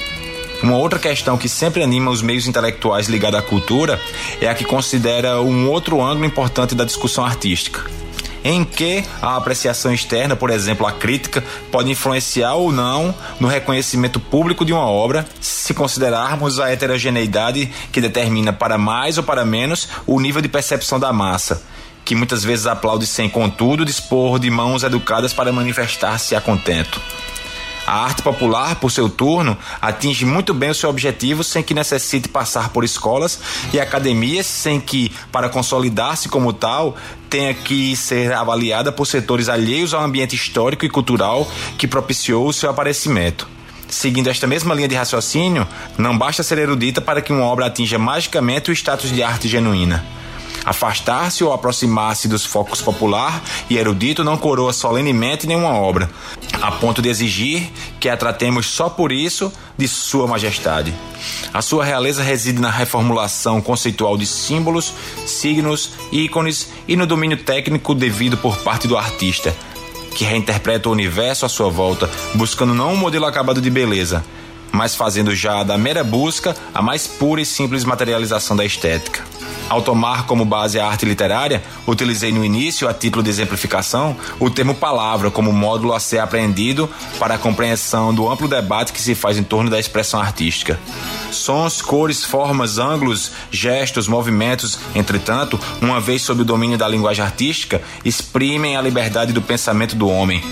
Speaker 6: Uma outra questão que sempre anima os meios intelectuais ligados à cultura é a que considera um outro ângulo importante da discussão artística, em que a apreciação externa, por exemplo, a crítica, pode influenciar ou não no reconhecimento público de uma obra, se considerarmos a heterogeneidade que determina para mais ou para menos o nível de percepção da massa. Que muitas vezes aplaude sem, contudo, dispor de mãos educadas para manifestar-se a contento. A arte popular, por seu turno, atinge muito bem o seu objetivo sem que necessite passar por escolas e academias, sem que, para consolidar-se como tal, tenha que ser avaliada por setores alheios ao ambiente histórico e cultural que propiciou o seu aparecimento. Seguindo esta mesma linha de raciocínio, não basta ser erudita para que uma obra atinja magicamente o status de arte genuína. Afastar-se ou aproximar-se dos focos popular e erudito não coroa solenemente nenhuma obra, a ponto de exigir que a tratemos só por isso de Sua Majestade. A sua realeza reside na reformulação conceitual de símbolos, signos, ícones e no domínio técnico devido por parte do artista, que reinterpreta o universo à sua volta, buscando não um modelo acabado de beleza, mas fazendo já da mera busca a mais pura e simples materialização da estética. Ao tomar como base a arte literária, utilizei no início, a título de exemplificação, o termo palavra como módulo a ser apreendido para a compreensão do amplo debate que se faz em torno da expressão artística. Sons, cores, formas, ângulos, gestos, movimentos, entretanto, uma vez sob o domínio da linguagem artística, exprimem a liberdade do pensamento do homem,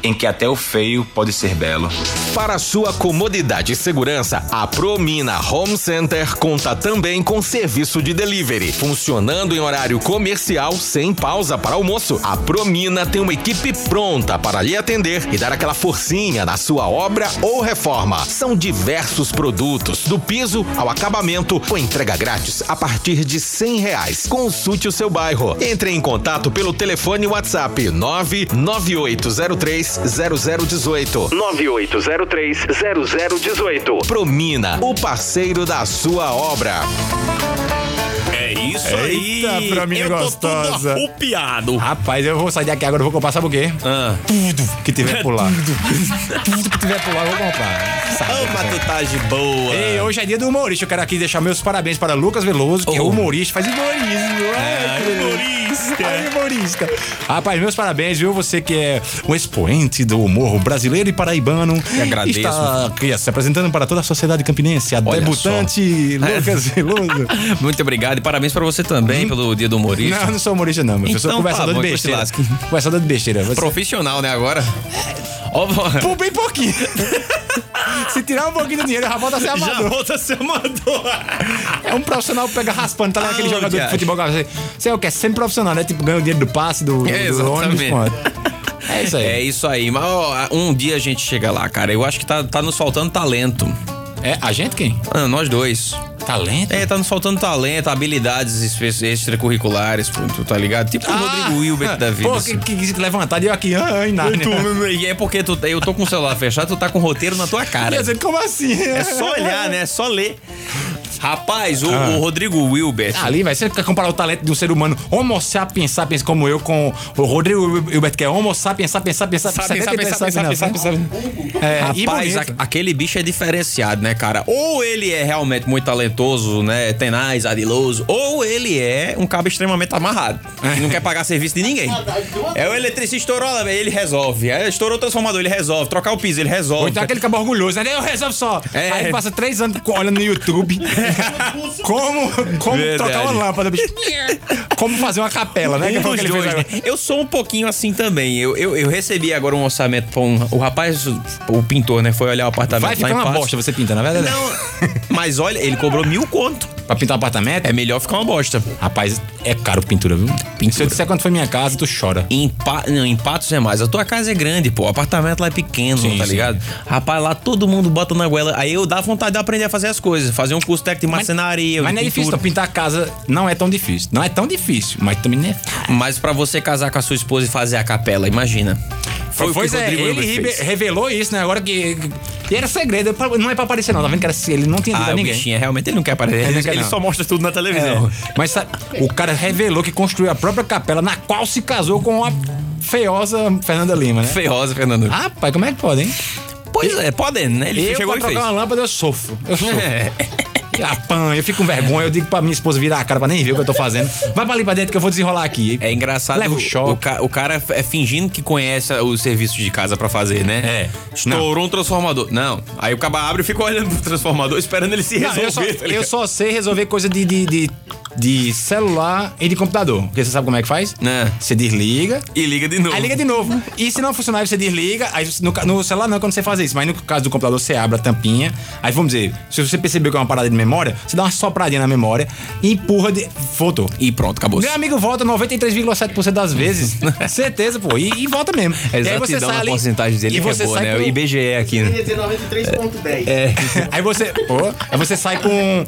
Speaker 6: em que até o feio pode ser belo.
Speaker 7: Para sua comodidade e segurança, a Promina Home Center conta também com serviço de delivery, funcionando em horário comercial sem pausa para almoço. A Promina tem uma equipe pronta para lhe atender e dar aquela forcinha na sua obra ou reforma. São diversos produtos, do piso ao acabamento, com entrega grátis a partir de cem reais. Consulte o seu bairro. Entre em contato pelo telefone WhatsApp 99803 0018. 9803 0018. Promina, o parceiro da sua obra.
Speaker 2: É isso aí.
Speaker 3: Eita, pra mim
Speaker 2: eu tô
Speaker 3: gostosa.
Speaker 2: todo arrupiado.
Speaker 3: Rapaz, eu vou sair daqui agora, eu vou comprar, sabe o quê?
Speaker 2: Ah. É
Speaker 3: Tudo que tiver por lá. Tudo que tiver por lá, eu vou comprar. Sabe,
Speaker 2: Ô,
Speaker 3: sabe.
Speaker 2: matutagem tá boa.
Speaker 3: Ei, hoje é dia do humorista. Eu quero aqui deixar meus parabéns para Lucas Veloso, que é
Speaker 2: Oh.
Speaker 3: humorista, faz humorismo.
Speaker 2: É,
Speaker 3: que-
Speaker 2: humorista.
Speaker 3: Ai, humorista. Rapaz, meus parabéns, viu? Você que é um expoente do humor brasileiro e paraibano. Eu
Speaker 6: agradeço.
Speaker 3: Está aqui se apresentando para toda a sociedade campinense. A
Speaker 2: Olha É.
Speaker 3: debutante Lucas Veloso.
Speaker 2: Muito obrigado e parabéns pra você também pelo dia do humorista.
Speaker 3: Hum. Não, eu não sou humorista, não. Meu. filho. eu sou
Speaker 2: Então tá
Speaker 3: conversador
Speaker 2: bom,
Speaker 3: de
Speaker 2: então se
Speaker 3: besteira.
Speaker 2: lasque.
Speaker 3: Conversador de besteira. Você...
Speaker 2: Profissional, né, agora? Ó, vó,
Speaker 3: Por bem pouquinho. Se tirar um pouquinho do dinheiro, já volta a ser
Speaker 2: já
Speaker 3: amador.
Speaker 2: volta a ser amador.
Speaker 3: É um profissional que pega raspando, tá lá aquele
Speaker 2: Ah,
Speaker 3: jogador
Speaker 2: Diago.
Speaker 3: de futebol que você, você é o que? É sempre profissional, né? Tipo, ganha o dinheiro do passe, do,
Speaker 2: É,
Speaker 3: do ônibus,
Speaker 2: exatamente.
Speaker 3: pronto. É isso aí.
Speaker 2: É isso aí, mas ó, um dia a gente chega lá, cara. Eu acho que tá, tá nos faltando talento.
Speaker 3: É, a gente quem?
Speaker 2: Ah, nós dois.
Speaker 3: Talento?
Speaker 2: É, tá nos faltando talento, habilidades espe- extracurriculares, pronto, tá ligado? Tipo o Rodrigo Wilbert da vida.
Speaker 3: Ah! Pô,
Speaker 2: assim.
Speaker 3: que, que, que levantar e eu aqui, ai, nada.
Speaker 2: Tu- E é porque tu, eu tô com o celular fechado, tu tá com o roteiro na tua cara.
Speaker 3: Quer dizer, como assim?
Speaker 2: É só olhar, né? É só ler. Rapaz, o,
Speaker 3: Ah.
Speaker 2: o Rodrigo Wilbert.
Speaker 3: Ali, vai você quer comparar o talento de um ser humano homo sapiens sapiens como eu com o Rodrigo Hilbert, que é homo sapiens sapiens sapiens sapiens
Speaker 2: Sapiens, sapiens,
Speaker 3: 73
Speaker 2: sapiens,
Speaker 3: sapiens, sapiens. É, e
Speaker 2: Rapaz,
Speaker 3: bonito.
Speaker 2: a- aquele bicho é diferenciado, né, cara? Ou ele é realmente muito talentoso, né? Tenaz, adiloso, ou ele é um cabo extremamente amarrado.
Speaker 3: É.
Speaker 2: que não quer pagar serviço de ninguém. É o eletricista estourou, lá, ele resolve. É, estourou o transformador, ele resolve. Trocar o piso, ele
Speaker 3: Ou
Speaker 2: resolve.
Speaker 3: então aquele cabo orgulhoso, né? Eu resolvo só.
Speaker 2: É.
Speaker 3: Aí passa três anos co- olhando no YouTube. como como
Speaker 2: Verdade.
Speaker 3: trocar uma lâmpada, bicho. Como fazer uma capela, né?
Speaker 2: Um
Speaker 3: Que foi o
Speaker 2: dos
Speaker 3: que ele fez
Speaker 2: dois,
Speaker 3: agora.
Speaker 2: né? Eu sou um pouquinho assim também. Eu, eu, eu recebi agora um orçamento pra um. O rapaz, o pintor, né? Foi olhar o apartamento
Speaker 3: Vai
Speaker 2: lá
Speaker 3: ficar
Speaker 2: em
Speaker 3: uma
Speaker 2: Passos.
Speaker 3: bosta você pinta, na verdade.
Speaker 2: Não, mas olha, ele cobrou mil conto.
Speaker 3: pra pintar o apartamento.
Speaker 2: É melhor ficar uma bosta.
Speaker 3: Rapaz, é caro pintura, viu? Se eu disser quanto foi minha casa, tu chora.
Speaker 2: Em, pa... não, em Patos é mais. A tua casa é grande, pô. O apartamento lá é pequeno,
Speaker 3: Sim,
Speaker 2: tá
Speaker 3: sim.
Speaker 2: ligado? Rapaz, lá todo mundo bota na goela. Aí eu dá vontade de aprender a fazer as coisas. Fazer um curso técnico de marcenaria.
Speaker 3: Mas
Speaker 2: de
Speaker 3: não é difícil,
Speaker 2: pintura.
Speaker 3: não. Pintar a casa não é tão difícil. Não é tão difícil, mas também não é.
Speaker 2: Mas pra você casar com a sua esposa e fazer a capela, imagina. Foi o que
Speaker 3: pois
Speaker 2: o
Speaker 3: é,
Speaker 2: Rodrigo
Speaker 3: ele
Speaker 2: Wilber
Speaker 3: ribe-
Speaker 2: fez.
Speaker 3: revelou isso, né? Agora que. E era segredo, pra- não é pra aparecer, não. Tá vendo que era, se- ele não tinha dito
Speaker 2: Ah,
Speaker 3: a
Speaker 2: o
Speaker 3: ninguém.
Speaker 2: bichinho, realmente ele não quer aparecer.
Speaker 3: Ele
Speaker 2: Ele,
Speaker 3: não quer,
Speaker 2: ele
Speaker 3: não.
Speaker 2: só mostra tudo na televisão.
Speaker 3: É, mas sabe, o cara revelou que construiu a própria capela na qual se casou com a feiosa Fernanda Lima, né?
Speaker 2: Feiosa, Fernando.
Speaker 3: Rapaz, como é que pode, hein?
Speaker 2: Pois é, podendo, né? Ele
Speaker 3: eu,
Speaker 2: chegou
Speaker 3: pra
Speaker 2: e
Speaker 3: trocar
Speaker 2: fez.
Speaker 3: uma lâmpada, eu sofro. Eu sofro.
Speaker 2: É.
Speaker 3: Eu apanho, eu fico com vergonha. Eu digo pra minha esposa virar a cara pra nem ver o que eu tô fazendo. Vai pra ali pra dentro que eu vou desenrolar aqui.
Speaker 2: É engraçado
Speaker 3: Leva o
Speaker 2: o,
Speaker 3: choque.
Speaker 2: o ca- o cara é fingindo que conhece o serviço de casa pra fazer, né?
Speaker 3: É.
Speaker 2: Estourou um transformador. Não. Aí o caba abre e fica olhando pro transformador esperando ele se
Speaker 3: Não,
Speaker 2: resolver.
Speaker 3: eu, só,
Speaker 2: tá ligado?
Speaker 3: eu só sei resolver coisa de, de, de, de celular e de computador. Porque você sabe como é que faz?
Speaker 2: É.
Speaker 3: Você desliga.
Speaker 2: E liga de novo.
Speaker 3: Aí liga de novo. E se não funcionar, você desliga. Aí no, ca- no celular não, é quando você faz isso. Mas no caso do computador, você abre a tampinha. Aí vamos dizer, se você percebeu que é uma parada de memória, você dá uma sopradinha na memória e empurra de. Voltou.
Speaker 2: E pronto, acabou.
Speaker 3: Meu amigo volta 93,7% das vezes. Certeza, pô. E, e volta mesmo. e aí você
Speaker 2: É Exatidão
Speaker 3: sai
Speaker 2: na
Speaker 3: ali.
Speaker 2: porcentagem dele
Speaker 3: e
Speaker 2: que é
Speaker 3: você
Speaker 2: boa,
Speaker 3: sai
Speaker 2: né?
Speaker 3: com-
Speaker 2: O IBGE aqui, né?
Speaker 5: TNT 93.10.
Speaker 3: É Aí você. pô, aí você sai com,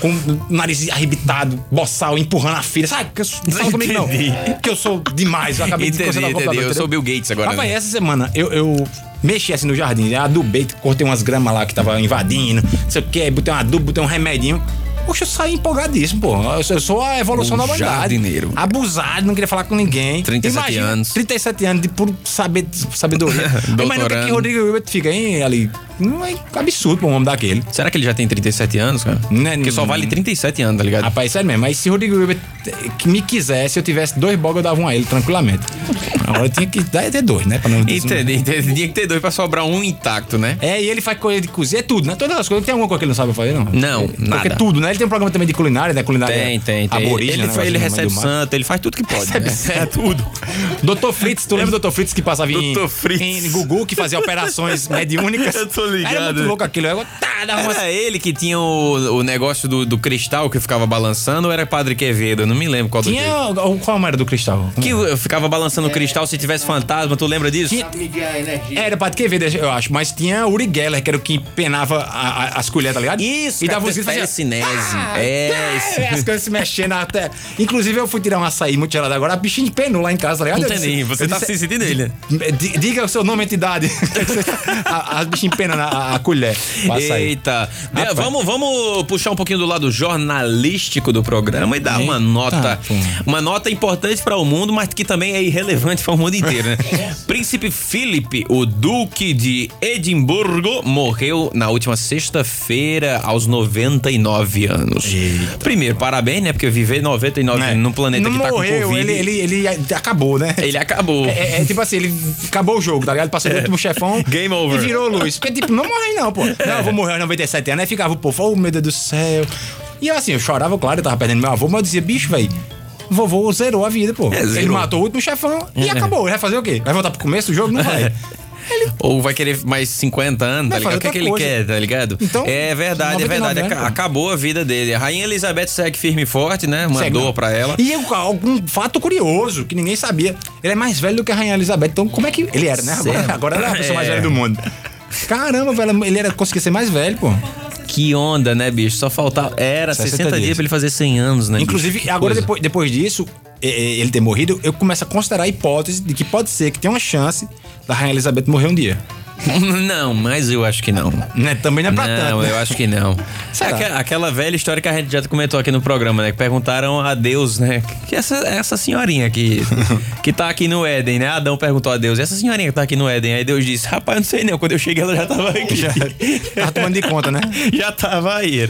Speaker 3: com o nariz arrebitado, boçal, empurrando a filha. Sabe? Que eu, não fala comigo, não.
Speaker 2: Entendi.
Speaker 3: Que eu sou demais. Eu acabei de
Speaker 2: Entendi,
Speaker 3: consertar o
Speaker 2: entendi.
Speaker 3: computador.
Speaker 2: Eu sou
Speaker 3: entendeu?
Speaker 2: Bill Gates agora.
Speaker 3: Rapaz,
Speaker 2: né?
Speaker 3: essa semana eu, eu mexi assim no jardim, adubei, cortei umas gramas lá que tava invadindo, não sei o que, botei um adubo, botei um remedinho. Poxa, eu saí empolgadíssimo, pô. Eu sou- eu sou a evolução
Speaker 2: Um
Speaker 3: da humanidade.
Speaker 2: jardineiro.
Speaker 3: Abusado, não queria falar com ninguém.
Speaker 2: 37
Speaker 3: Imagina,
Speaker 2: anos.
Speaker 3: 37 anos de puro saber, sabedoria. Imagina o que, é que
Speaker 2: Doutorando.
Speaker 3: Rodrigo Hilbert fica, hein, ali. Não é absurdo pra um homem daquele.
Speaker 2: Será que ele já tem 37 anos, cara?
Speaker 3: Né,
Speaker 2: Porque só
Speaker 3: não-
Speaker 2: vale 37 anos, tá ligado?
Speaker 3: Rapaz, sério mesmo. Mas se Rodrigo Hilbert eh, que me quisesse, eu tivesse dois bogas, eu dava um a ele, tranquilamente. Agora eu tinha que dar até dois, né? Pra não
Speaker 2: Entendi, entendi. Tinha que ter dois pra sobrar um intacto, né?
Speaker 3: É, e ele faz coisa de cozinha, é tudo, né? Todas as coisas. Tem alguma coisa que ele não sabe fazer, não?
Speaker 2: Não,
Speaker 3: Porque
Speaker 2: nada.
Speaker 3: é tudo, né? Ele tem um programa também de culinária, né? Culinária
Speaker 2: Tem, tem, tem.
Speaker 3: aborígena,
Speaker 2: ele
Speaker 3: né?
Speaker 2: ele
Speaker 3: Negócio do
Speaker 2: recebe
Speaker 3: mato.
Speaker 2: santo, ele faz tudo que pode. né? É tudo.
Speaker 3: Doutor Fritz, tu lembra do Doutor Fritz que passava em,
Speaker 2: Dr. Fritz.
Speaker 3: em Gugu, que fazia operações mediúnicas?
Speaker 2: Eu tô ligado.
Speaker 3: Era muito louco aquilo. Eu, tá, dava uma...
Speaker 2: Era ele que tinha o, o negócio do, do cristal que ficava balançando ou era Padre Quevedo? Eu não me lembro qual
Speaker 3: Tinha. um
Speaker 2: do
Speaker 3: o- o- Qual era do cristal?
Speaker 2: que eu ficava balançando o cristal se tivesse fantasma, tu lembra disso?
Speaker 3: Tinha-
Speaker 5: Medir a energia.
Speaker 3: Era Padre Quevedo, eu acho, mas tinha Uri Geller, que era o que penava a- a- as colheres, tá ligado?
Speaker 2: Isso,
Speaker 3: e
Speaker 2: cara,
Speaker 3: dava uns gritos e fazia-
Speaker 2: telecinese. um assim, é, isso.
Speaker 3: É, as coisas se mexendo até. Inclusive, eu fui tirar um açaí muito gelado agora, a bichinha de penou lá em casa, tá ligado? Eu
Speaker 2: Entendi,
Speaker 3: disse-
Speaker 2: você
Speaker 3: eu
Speaker 2: tá se sentindo ele.
Speaker 3: D- Diga o seu nome e entidade. a, as bichinhas empenando a, a colher. pro açaí.
Speaker 2: Eita. Bem,
Speaker 3: Rapaz.
Speaker 2: vamos, vamos puxar um pouquinho do lado jornalístico do programa e dar uma nota.
Speaker 3: pô.
Speaker 2: Uma nota importante para o mundo, mas que também é irrelevante para o mundo inteiro, né? Príncipe Felipe, o Duque de Edimburgo, morreu na última sexta-feira, aos 99 anos. Primeiro, parabéns, né? Porque viver 99
Speaker 3: É.
Speaker 2: num planeta
Speaker 3: Não
Speaker 2: que tá
Speaker 3: morreu,
Speaker 2: com Covid.
Speaker 3: ele, ele, ele acabou, né?
Speaker 2: ele acabou.
Speaker 3: É, é, é tipo assim, ele acabou o jogo, tá ligado? Ele Passou do último chefão.
Speaker 2: É. Game over.
Speaker 3: E virou luz. Porque, tipo, não morre não, pô. Não, eu vou morrer aos 97 anos. Aí ficava o povo, oh, meu Deus do céu. E eu, assim, eu chorava, claro, eu tava perdendo meu avô, mas eu dizia, bicho, velho. Vovô zerou a vida, pô. ele
Speaker 2: É, zerou.
Speaker 3: matou o último chefão e
Speaker 2: É.
Speaker 3: acabou. Ele vai fazer o quê? Vai voltar pro começo do jogo? Não vai.
Speaker 2: Ou vai querer mais 50 anos, tá
Speaker 3: Vai
Speaker 2: ligado?
Speaker 3: fazer
Speaker 2: O que, é que ele
Speaker 3: outra
Speaker 2: quer,
Speaker 3: coisa.
Speaker 2: tá ligado?
Speaker 3: Então,
Speaker 2: é verdade, é
Speaker 3: 99
Speaker 2: verdade.
Speaker 3: anos,
Speaker 2: Aca-
Speaker 3: pô.
Speaker 2: Acabou a vida dele. A Rainha Elizabeth segue firme e forte, né? Mandou
Speaker 3: Segue.
Speaker 2: pra ela.
Speaker 3: E eu- algum fato curioso que ninguém sabia. Ele é mais velho do que a Rainha Elizabeth. Então, como é que. Ele era, né?
Speaker 2: Certo.
Speaker 3: Agora, agora ele é a pessoa mais
Speaker 2: É.
Speaker 3: velha do mundo. Caramba, velho, ele era, conseguia ser mais velho, pô.
Speaker 2: Que onda, né, bicho? Só faltava. Era 60,
Speaker 3: 60
Speaker 2: dias.
Speaker 3: dias
Speaker 2: pra ele fazer 100 anos, né? bicho?
Speaker 3: Inclusive,
Speaker 2: Que
Speaker 3: agora
Speaker 2: coisa.
Speaker 3: depois, depois disso, e- e- ele ter morrido, eu começo a considerar a hipótese de que pode ser que tem uma chance da Rainha Elizabeth morrer um dia.
Speaker 2: não, mas eu acho que não.
Speaker 3: Né? Também não é pra tanto.
Speaker 2: Não,
Speaker 3: né?
Speaker 2: eu acho que não.
Speaker 3: Será?
Speaker 2: Aque- aquela velha história que a gente já comentou aqui no programa, né? Que perguntaram a Deus, né? Que essa, essa senhorinha aqui, que tá aqui no Éden, né? Adão perguntou a Deus, essa senhorinha que tá aqui no Éden. Aí Deus disse, rapaz, eu não sei não, quando eu cheguei ela já tava aqui. Já,
Speaker 3: Tá tomando de conta, né?
Speaker 2: já tava aí.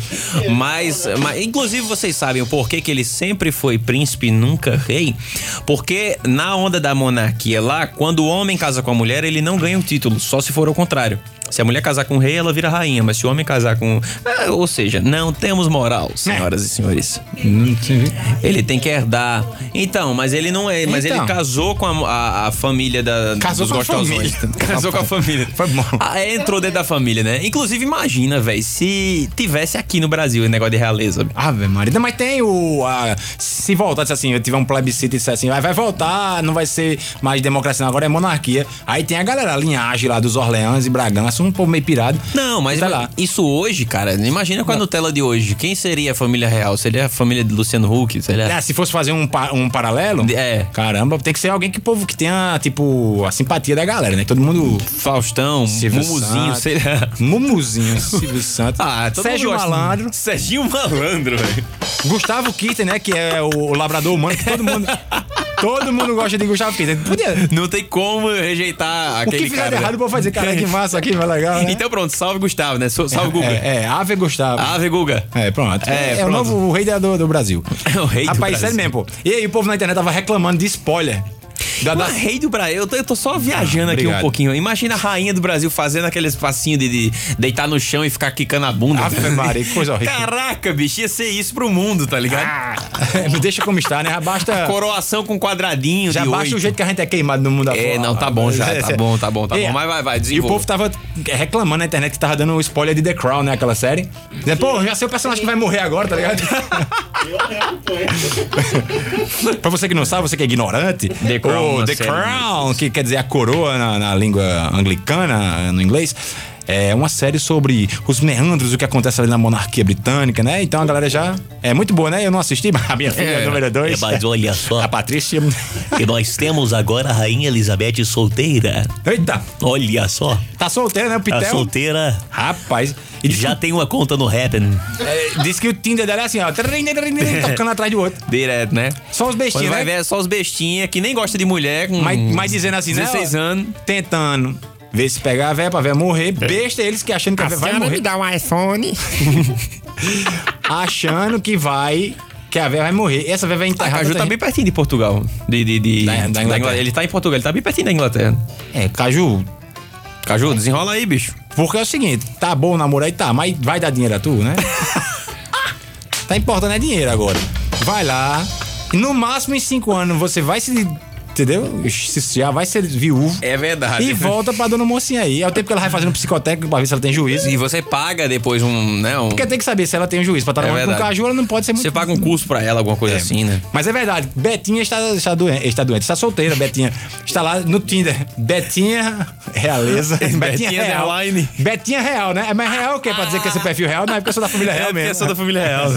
Speaker 2: Mas, mas, inclusive, vocês sabem o porquê que ele sempre foi príncipe e nunca rei? Porque na onda da monarquia lá, quando o homem casa com a mulher, ele não ganha o título, só se for ao contrário. Se a mulher casar com o rei, ela vira rainha, mas se o homem casar com. Ah, ou seja, não temos moral, senhoras e senhores. Ele tem que herdar. Então, mas ele não é. Mas
Speaker 3: Então.
Speaker 2: ele casou com a, a- a família da,
Speaker 3: Casou
Speaker 2: dos
Speaker 3: com a
Speaker 2: gostosões.
Speaker 3: família.
Speaker 2: Casou com a família.
Speaker 3: Foi bom.
Speaker 2: Ah, entrou dentro da família, né? Inclusive, imagina, velho, se tivesse aqui no Brasil esse negócio de realeza.
Speaker 3: Ave Maria. Não, Mas tem o. a- se voltar, disse assim, eu tiver um plebiscito e disser assim, vai, vai voltar, não vai ser mais democracia, não, agora é monarquia. Aí tem a galera, a linhagem lá dos Orleans e Bragança, um povo meio pirado.
Speaker 2: Não, mas
Speaker 3: Tá lá.
Speaker 2: isso hoje, cara, imagina com a Nutella de hoje. Quem seria a família real? Seria a família de Luciano Huck? Seria...
Speaker 3: Ah, se fosse fazer um, pa- um paralelo.
Speaker 2: É.
Speaker 3: Caramba, tem que ser alguém que o povo que tenha, tipo, a simpatia da galera, né? Todo mundo.
Speaker 2: Faustão,
Speaker 3: Silvio
Speaker 2: Mumuzinho,
Speaker 3: Santos.
Speaker 2: seria.
Speaker 3: Mumuzinho, Silvio Santos.
Speaker 2: Ah, todo
Speaker 3: Sérgio
Speaker 2: mundo gosta.
Speaker 3: Malandro.
Speaker 2: Serginho Malandro, velho.
Speaker 3: Gustavo Kitten, né? Que é o, o labrador humano que todo mundo. todo mundo gosta de Gustavo Kitten. Podia.
Speaker 2: Não tem como eu rejeitar
Speaker 3: O que
Speaker 2: aquele
Speaker 3: fizer
Speaker 2: cara.
Speaker 3: de errado, eu vou fazer. Cara, é que massa aqui, vai legal. Né?
Speaker 2: Então pronto, salve Gustavo, né? So- Salve Guga.
Speaker 3: É, é, Ave Gustavo.
Speaker 2: Ave Guga.
Speaker 3: É, pronto.
Speaker 2: Ah. É,
Speaker 3: É, o
Speaker 2: pronto.
Speaker 3: novo o rei da- do, do Brasil.
Speaker 2: É o rei do
Speaker 3: Rapaz,
Speaker 2: Brasil.
Speaker 3: sério mesmo, pô. E aí, o povo na internet tava reclamando de spoiler. Da,
Speaker 2: Mas
Speaker 3: da-
Speaker 2: rei do Brasil, eu tô, eu tô só viajando aqui um
Speaker 3: Ah, obrigado.
Speaker 2: pouquinho. Imagina a rainha do Brasil fazendo aquele espacinho de, de deitar no chão e ficar quicando a bunda.
Speaker 3: Ave Maria, que coisa horrível. Ah.
Speaker 2: Caraca, bicho, ia ser isso pro mundo, tá ligado?
Speaker 3: Me deixa como está, né? Já basta.
Speaker 2: Coroação com quadradinho,
Speaker 3: Já
Speaker 2: de
Speaker 3: basta
Speaker 2: oito.
Speaker 3: o jeito que a gente é queimado no mundo
Speaker 2: É, não, tá bom já, tá bom, tá bom, tá
Speaker 3: É.
Speaker 2: bom. Mas vai, vai,
Speaker 3: E o
Speaker 2: desenvolva.
Speaker 3: povo tava é, reclamando na internet que tava dando um spoiler de The Crown, né? Aquela série. Dizendo, Pô, já sei o personagem que vai morrer agora, tá ligado? pra você que não sabe, você que é ignorante.
Speaker 2: The Crown,
Speaker 3: o
Speaker 2: uma
Speaker 3: The
Speaker 2: série.
Speaker 3: Crown, que quer dizer a coroa na, na língua anglicana, no inglês. É uma série sobre os meandros, o que acontece ali na monarquia britânica, né? Então a galera já. É muito boa, né? Eu não assisti, mas a minha filha é, número 2.
Speaker 8: mas olha só.
Speaker 3: A Patrícia.
Speaker 8: E nós temos agora a Rainha Elizabeth solteira.
Speaker 3: Eita!
Speaker 8: Olha só.
Speaker 3: Tá solteiro, né, o
Speaker 8: A
Speaker 3: Pitel?
Speaker 8: solteira
Speaker 3: Rapaz. E diz,
Speaker 8: já tá. tem uma conta no né? Happn.
Speaker 3: é, diz que o Tinder dela é assim, ó. trin, trin, trin, trin, Tocando atrás do outro.
Speaker 2: Direto, né?
Speaker 3: Só os
Speaker 2: Quando
Speaker 3: bestinhos,
Speaker 2: vai
Speaker 3: né?
Speaker 2: ver é só os bestinha que nem gosta de mulher com
Speaker 3: Mas,
Speaker 8: um
Speaker 3: mas dizendo assim, né? ó,
Speaker 2: 16 anos.
Speaker 3: Tentando. Ver se pegar a véia pra véia morrer. Besta eles que achando que É. a, véia vai morrer.
Speaker 5: dá um iPhone.
Speaker 3: Achando que vai... Que a véia vai morrer. Essa véia vai
Speaker 2: A
Speaker 3: enterrar...
Speaker 2: Caju
Speaker 3: tanta
Speaker 2: tá bem pertinho de Portugal. De, de, de-
Speaker 3: Da- da Inglaterra.
Speaker 2: Ele tá em Portugal, ele tá bem pertinho da Inglaterra.
Speaker 3: gente. É, Caju...
Speaker 2: Caju, desenrola aí, bicho.
Speaker 3: Porque é o seguinte, tá bom namorar e tá, mas vai dar dinheiro a tu, né? tá importando é dinheiro agora. Vai lá. e No máximo em cinco anos você vai se. Entendeu? Se- Já vai ser viúvo.
Speaker 2: É verdade.
Speaker 3: E volta pra dona mocinha aí. É o tempo que ela vai fazendo psicotécnico pra ver se ela tem juízo.
Speaker 2: E você paga depois um, né? um-
Speaker 3: Porque tem que saber se ela tem juízo. Pra estar
Speaker 2: É
Speaker 3: namorando com
Speaker 2: verdade.
Speaker 3: caju, ela não pode ser muito.
Speaker 2: Você paga um curso pra ela, alguma coisa assim, né?
Speaker 3: Mas é verdade, Betinha está, está, doente, está doente, está solteira, Betinha. Está lá no Tinder. Betinha Realeza. Betinha Real.
Speaker 2: Underline.
Speaker 3: Betinha Real, né? Mas real o quê? Pra dizer que esse perfil real não é porque eu sou da família real né? mesmo. É
Speaker 2: família real.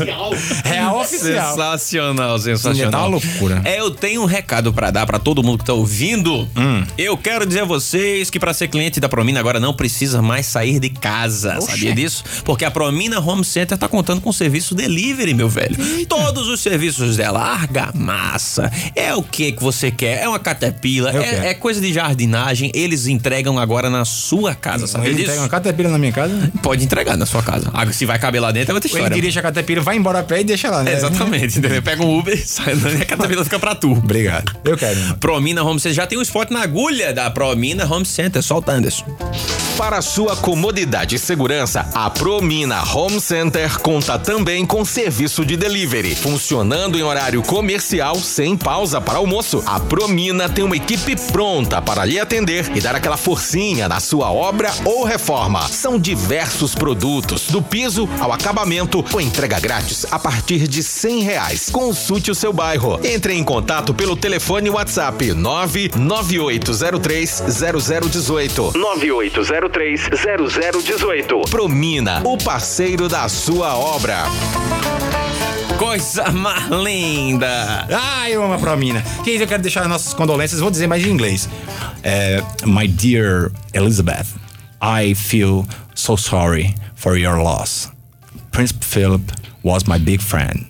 Speaker 3: Real oficial.
Speaker 2: Sensacional,
Speaker 3: Sim,
Speaker 2: sensacional.
Speaker 3: tá uma loucura.
Speaker 2: É, eu tenho um recado pra dar pra todo mundo que tá ouvindo.
Speaker 3: Hum.
Speaker 2: Eu quero dizer a vocês que pra ser cliente da Promina agora não precisa mais sair de casa. Sabia disso? Porque a Promina Home Center tá contando com serviço delivery, meu velho. Todos os serviços dela, argamassa, é o que que você quer? É uma catapila,
Speaker 3: Eu quero.
Speaker 2: é, é coisa de jardinagem, eles entregam agora na sua casa, sabia
Speaker 3: Ele
Speaker 2: disso?
Speaker 3: pega uma catapira na minha casa,
Speaker 2: Pode entregar na sua casa. Ah, se vai caber lá dentro é outra
Speaker 3: ele
Speaker 2: história.
Speaker 3: dirige a catapira, vai embora a pé e deixa lá, né?
Speaker 2: É, exatamente, entendeu? Pega um Uber, sai andando e a catapila fica pra tu.
Speaker 3: Obrigado. Eu quero.
Speaker 2: Promina Home Center. Já tem um spot na agulha da Promina Home Center. Solta, Anderson.
Speaker 7: Para sua comodidade e segurança, a Promina Home Center conta também com serviço de delivery, funcionando em horário comercial sem pausa para almoço. A Promina tem uma equipe pronta para lhe atender e dar aquela forcinha na sua obra ou reforma. São diversos produtos, do piso ao acabamento, com entrega grátis a partir de R$ 100 reais. Consulte o seu bairro. Entre em contato pelo telefone WhatsApp 998030018.
Speaker 9: 98030018.
Speaker 7: Promina, o parceiro da sua obra.
Speaker 2: Coisa mais linda.
Speaker 3: Ah, eu amo a Promina. Quem eu quero deixar nossas condolências, vou dizer mais em inglês. É, My dear Elizabeth, I feel so sorry for your loss. Prince Philip was my big friend.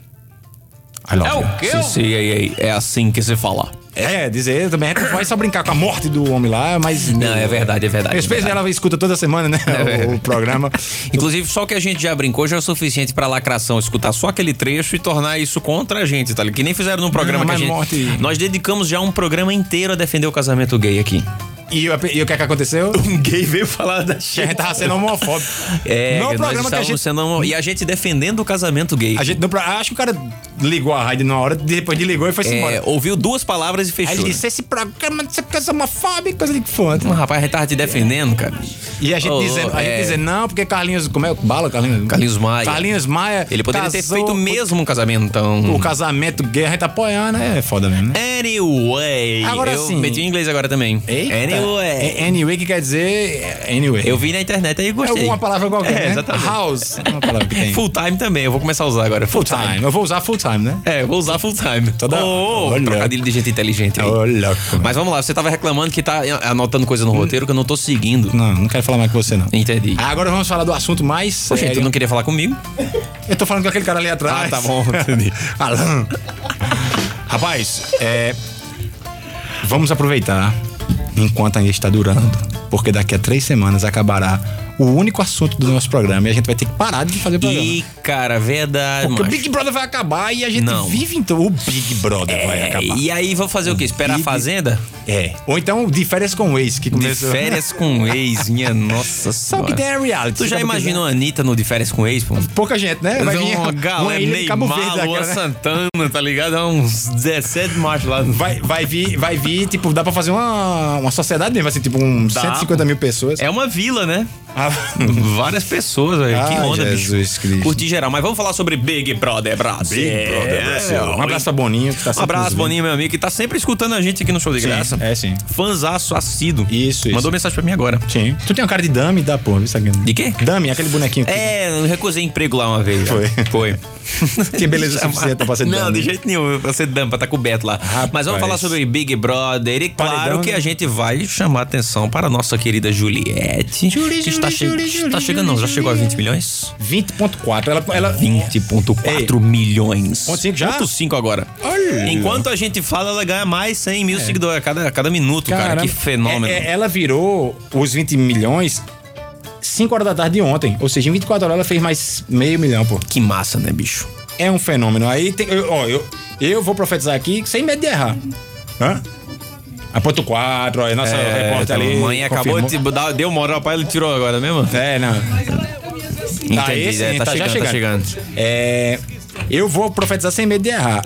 Speaker 3: I love
Speaker 2: É
Speaker 3: you.
Speaker 2: o quê? Sim, é, é, é assim que se fala.
Speaker 3: É, dizer também, a gente não vai só brincar com a morte do homem lá, mas.
Speaker 2: Não, é verdade, é verdade.
Speaker 3: Eu
Speaker 2: é
Speaker 3: espero que
Speaker 2: verdade. É
Speaker 3: ela escuta toda semana, né? o, o programa.
Speaker 2: Inclusive, só o que a gente já brincou já é o suficiente pra lacração escutar só aquele trecho e tornar isso contra a gente, tá ligado? Que nem fizeram num programa
Speaker 3: Não,
Speaker 2: que a
Speaker 3: mas
Speaker 2: gente.
Speaker 3: morte-
Speaker 2: Nós dedicamos já um programa inteiro a defender o casamento gay aqui.
Speaker 3: E, o- e o que é que aconteceu?
Speaker 2: Um gay veio falar da
Speaker 3: Que a gente tá tava sendo homofóbico.
Speaker 2: É,
Speaker 3: no
Speaker 2: nós
Speaker 3: programa que a
Speaker 2: estávamos
Speaker 3: gente.
Speaker 2: sendo homo- E a gente defendendo o casamento gay.
Speaker 3: A gente no pro- acho que o cara ligou a rádio na hora, depois desligou e foi
Speaker 2: É,
Speaker 3: embora.
Speaker 2: ouviu duas palavras e
Speaker 3: Aí
Speaker 2: fechou.
Speaker 3: ele
Speaker 2: né?
Speaker 3: disse: esse programa não sei porque é homofóbico, coisa de que for.
Speaker 2: Mas, rapaz, a gente tava te defendendo, cara.
Speaker 3: E a gente
Speaker 2: Ô,
Speaker 3: dizendo, a gente
Speaker 2: é.
Speaker 3: dizendo, não, porque Carlinhos. Como é? Bala, Carlinhos?
Speaker 2: Carlinhos Maia.
Speaker 3: Carlinhos Maia.
Speaker 2: Ele poderia ter
Speaker 3: casou
Speaker 2: feito o mesmo um casamento,
Speaker 3: O
Speaker 2: então.
Speaker 3: casamento gay, a gente tá apoiando, é foda mesmo, né?
Speaker 2: Anyway.
Speaker 3: Agora
Speaker 2: eu
Speaker 3: sim.
Speaker 2: meti em inglês agora também. É, Anyway.
Speaker 3: É, Anyway, que quer dizer. é, Anyway.
Speaker 2: Eu vi na internet aí e
Speaker 3: É
Speaker 2: gostei.
Speaker 3: alguma palavra qualquer.
Speaker 2: É,
Speaker 3: né?
Speaker 2: exatamente.
Speaker 3: House. É uma palavra que tem.
Speaker 2: Full time também, eu vou começar a usar agora. Full, time.
Speaker 3: time. Eu vou usar full time, né?
Speaker 2: É, eu vou usar full time.
Speaker 3: Toda-
Speaker 2: Oh, oh,
Speaker 3: Olha.
Speaker 2: trocadilho de gente inteligente aí.
Speaker 3: Ô, louco.
Speaker 2: Mas vamos lá, você tava reclamando que tá anotando coisa no roteiro que eu não tô seguindo.
Speaker 3: Hum. Não, não quero falar mais com você, não.
Speaker 2: Entendi.
Speaker 3: Agora vamos falar do assunto mais.
Speaker 2: Poxa, tu
Speaker 3: sério.
Speaker 2: não queria falar comigo?
Speaker 3: Eu tô falando com aquele cara ali atrás.
Speaker 2: Ah, tá bom, entendi.
Speaker 3: Alan. Rapaz, é. Vamos aproveitar enquanto ainda está durando, porque daqui a três semanas acabará o único assunto do nosso programa e a gente vai ter que parar de fazer o programa.
Speaker 2: Ih, cara, verdade,
Speaker 3: Porque o
Speaker 2: macho.
Speaker 3: Big Brother vai acabar e a gente
Speaker 2: Não.
Speaker 3: vive então. O Big Brother vai
Speaker 2: É,
Speaker 3: acabar.
Speaker 2: e aí vou fazer o quê? Esperar
Speaker 3: Big-
Speaker 2: a fazenda?
Speaker 3: É. Ou então de férias com o ex, que
Speaker 2: De
Speaker 3: começou.
Speaker 2: férias com o ex, minha nossa
Speaker 3: Sabe que tem
Speaker 2: senhora.
Speaker 3: a reality.
Speaker 2: Tu já
Speaker 3: sabe o que
Speaker 2: imaginou a Anitta no de férias com o ex, pô?
Speaker 3: é? Pouca gente, né? Vai vir
Speaker 2: uma
Speaker 3: uma
Speaker 2: galera,
Speaker 3: ilha de Cabo
Speaker 2: é Neymar,
Speaker 3: Verde
Speaker 2: Luan
Speaker 3: daquela, né?
Speaker 2: Santana, tá ligado? Há uns 17 machos lá. no-
Speaker 3: Vai, vai vir, vai vir, tipo, dá pra fazer uma, uma sociedade mesmo, assim, tipo, uns
Speaker 2: Dá.
Speaker 3: 150 mil pessoas.
Speaker 2: É uma vila, né?
Speaker 3: Ah,
Speaker 2: Várias pessoas, velho. que
Speaker 3: Ai,
Speaker 2: onda,
Speaker 3: Jesus
Speaker 2: bicho.
Speaker 3: Cristo.
Speaker 2: Curti geral. Mas vamos falar sobre Big Brother Brasil. Big Brother
Speaker 3: um abraço pra Boninho, que
Speaker 2: É.
Speaker 3: tá
Speaker 2: Um
Speaker 3: sempre nos
Speaker 2: abraço,
Speaker 3: vendo.
Speaker 2: Boninho, meu amigo, que tá sempre escutando a gente aqui no Show de
Speaker 3: Sim,
Speaker 2: Graça.
Speaker 3: é, sim.
Speaker 2: Fanzaço assíduo.
Speaker 3: Isso, isso.
Speaker 2: Mandou mensagem pra mim agora.
Speaker 3: Sim. Tu tem uma cara de dame da porra, viu, Saguinho?
Speaker 2: De quê?
Speaker 3: Dame, aquele bonequinho. que-
Speaker 2: É, eu recusei emprego lá uma vez.
Speaker 3: Foi.
Speaker 2: Foi.
Speaker 3: Que beleza suficiente pra ser
Speaker 2: Não,
Speaker 3: dama.
Speaker 2: de jeito nenhum. Pra ser dama, pra tá coberto lá.
Speaker 3: Rapaz.
Speaker 2: Mas vamos falar sobre Big Brother. E claro
Speaker 3: Paredão,
Speaker 2: que
Speaker 3: né?
Speaker 2: a gente vai chamar atenção para a nossa querida Juliette.
Speaker 3: Julie,
Speaker 2: que está,
Speaker 3: Julie,
Speaker 2: che-
Speaker 3: Julie,
Speaker 2: está
Speaker 3: Julie,
Speaker 2: chegando, não. Já
Speaker 3: Julie.
Speaker 2: chegou a 20 milhões?
Speaker 3: 20.4. Ela, ela...
Speaker 2: 20.4 milhões.
Speaker 3: É. Ponto cinco já?
Speaker 2: Ponto cinco agora.
Speaker 3: Olha.
Speaker 2: Enquanto a gente fala, ela ganha mais 100 mil seguidores a cada, a cada minuto, cara. Que fenômeno.
Speaker 3: É- é- ela virou os 20 milhões 5 horas da tarde de ontem. Ou seja, em 24 horas ela fez mais meio milhão, pô.
Speaker 2: Que massa, né, bicho?
Speaker 3: É um fenômeno. Aí tem. Eu, ó, eu, eu vou profetizar aqui sem medo de errar. Hã? A ponto 4, ó, a nossa repórter ali.
Speaker 2: É, mãe acabou
Speaker 3: confirmou.
Speaker 2: de dar, deu moral pra ele tirou agora mesmo?
Speaker 3: É, não. Tá, esse,
Speaker 2: é,
Speaker 3: tá já
Speaker 2: tá chegando.
Speaker 3: É, eu vou profetizar sem medo de errar.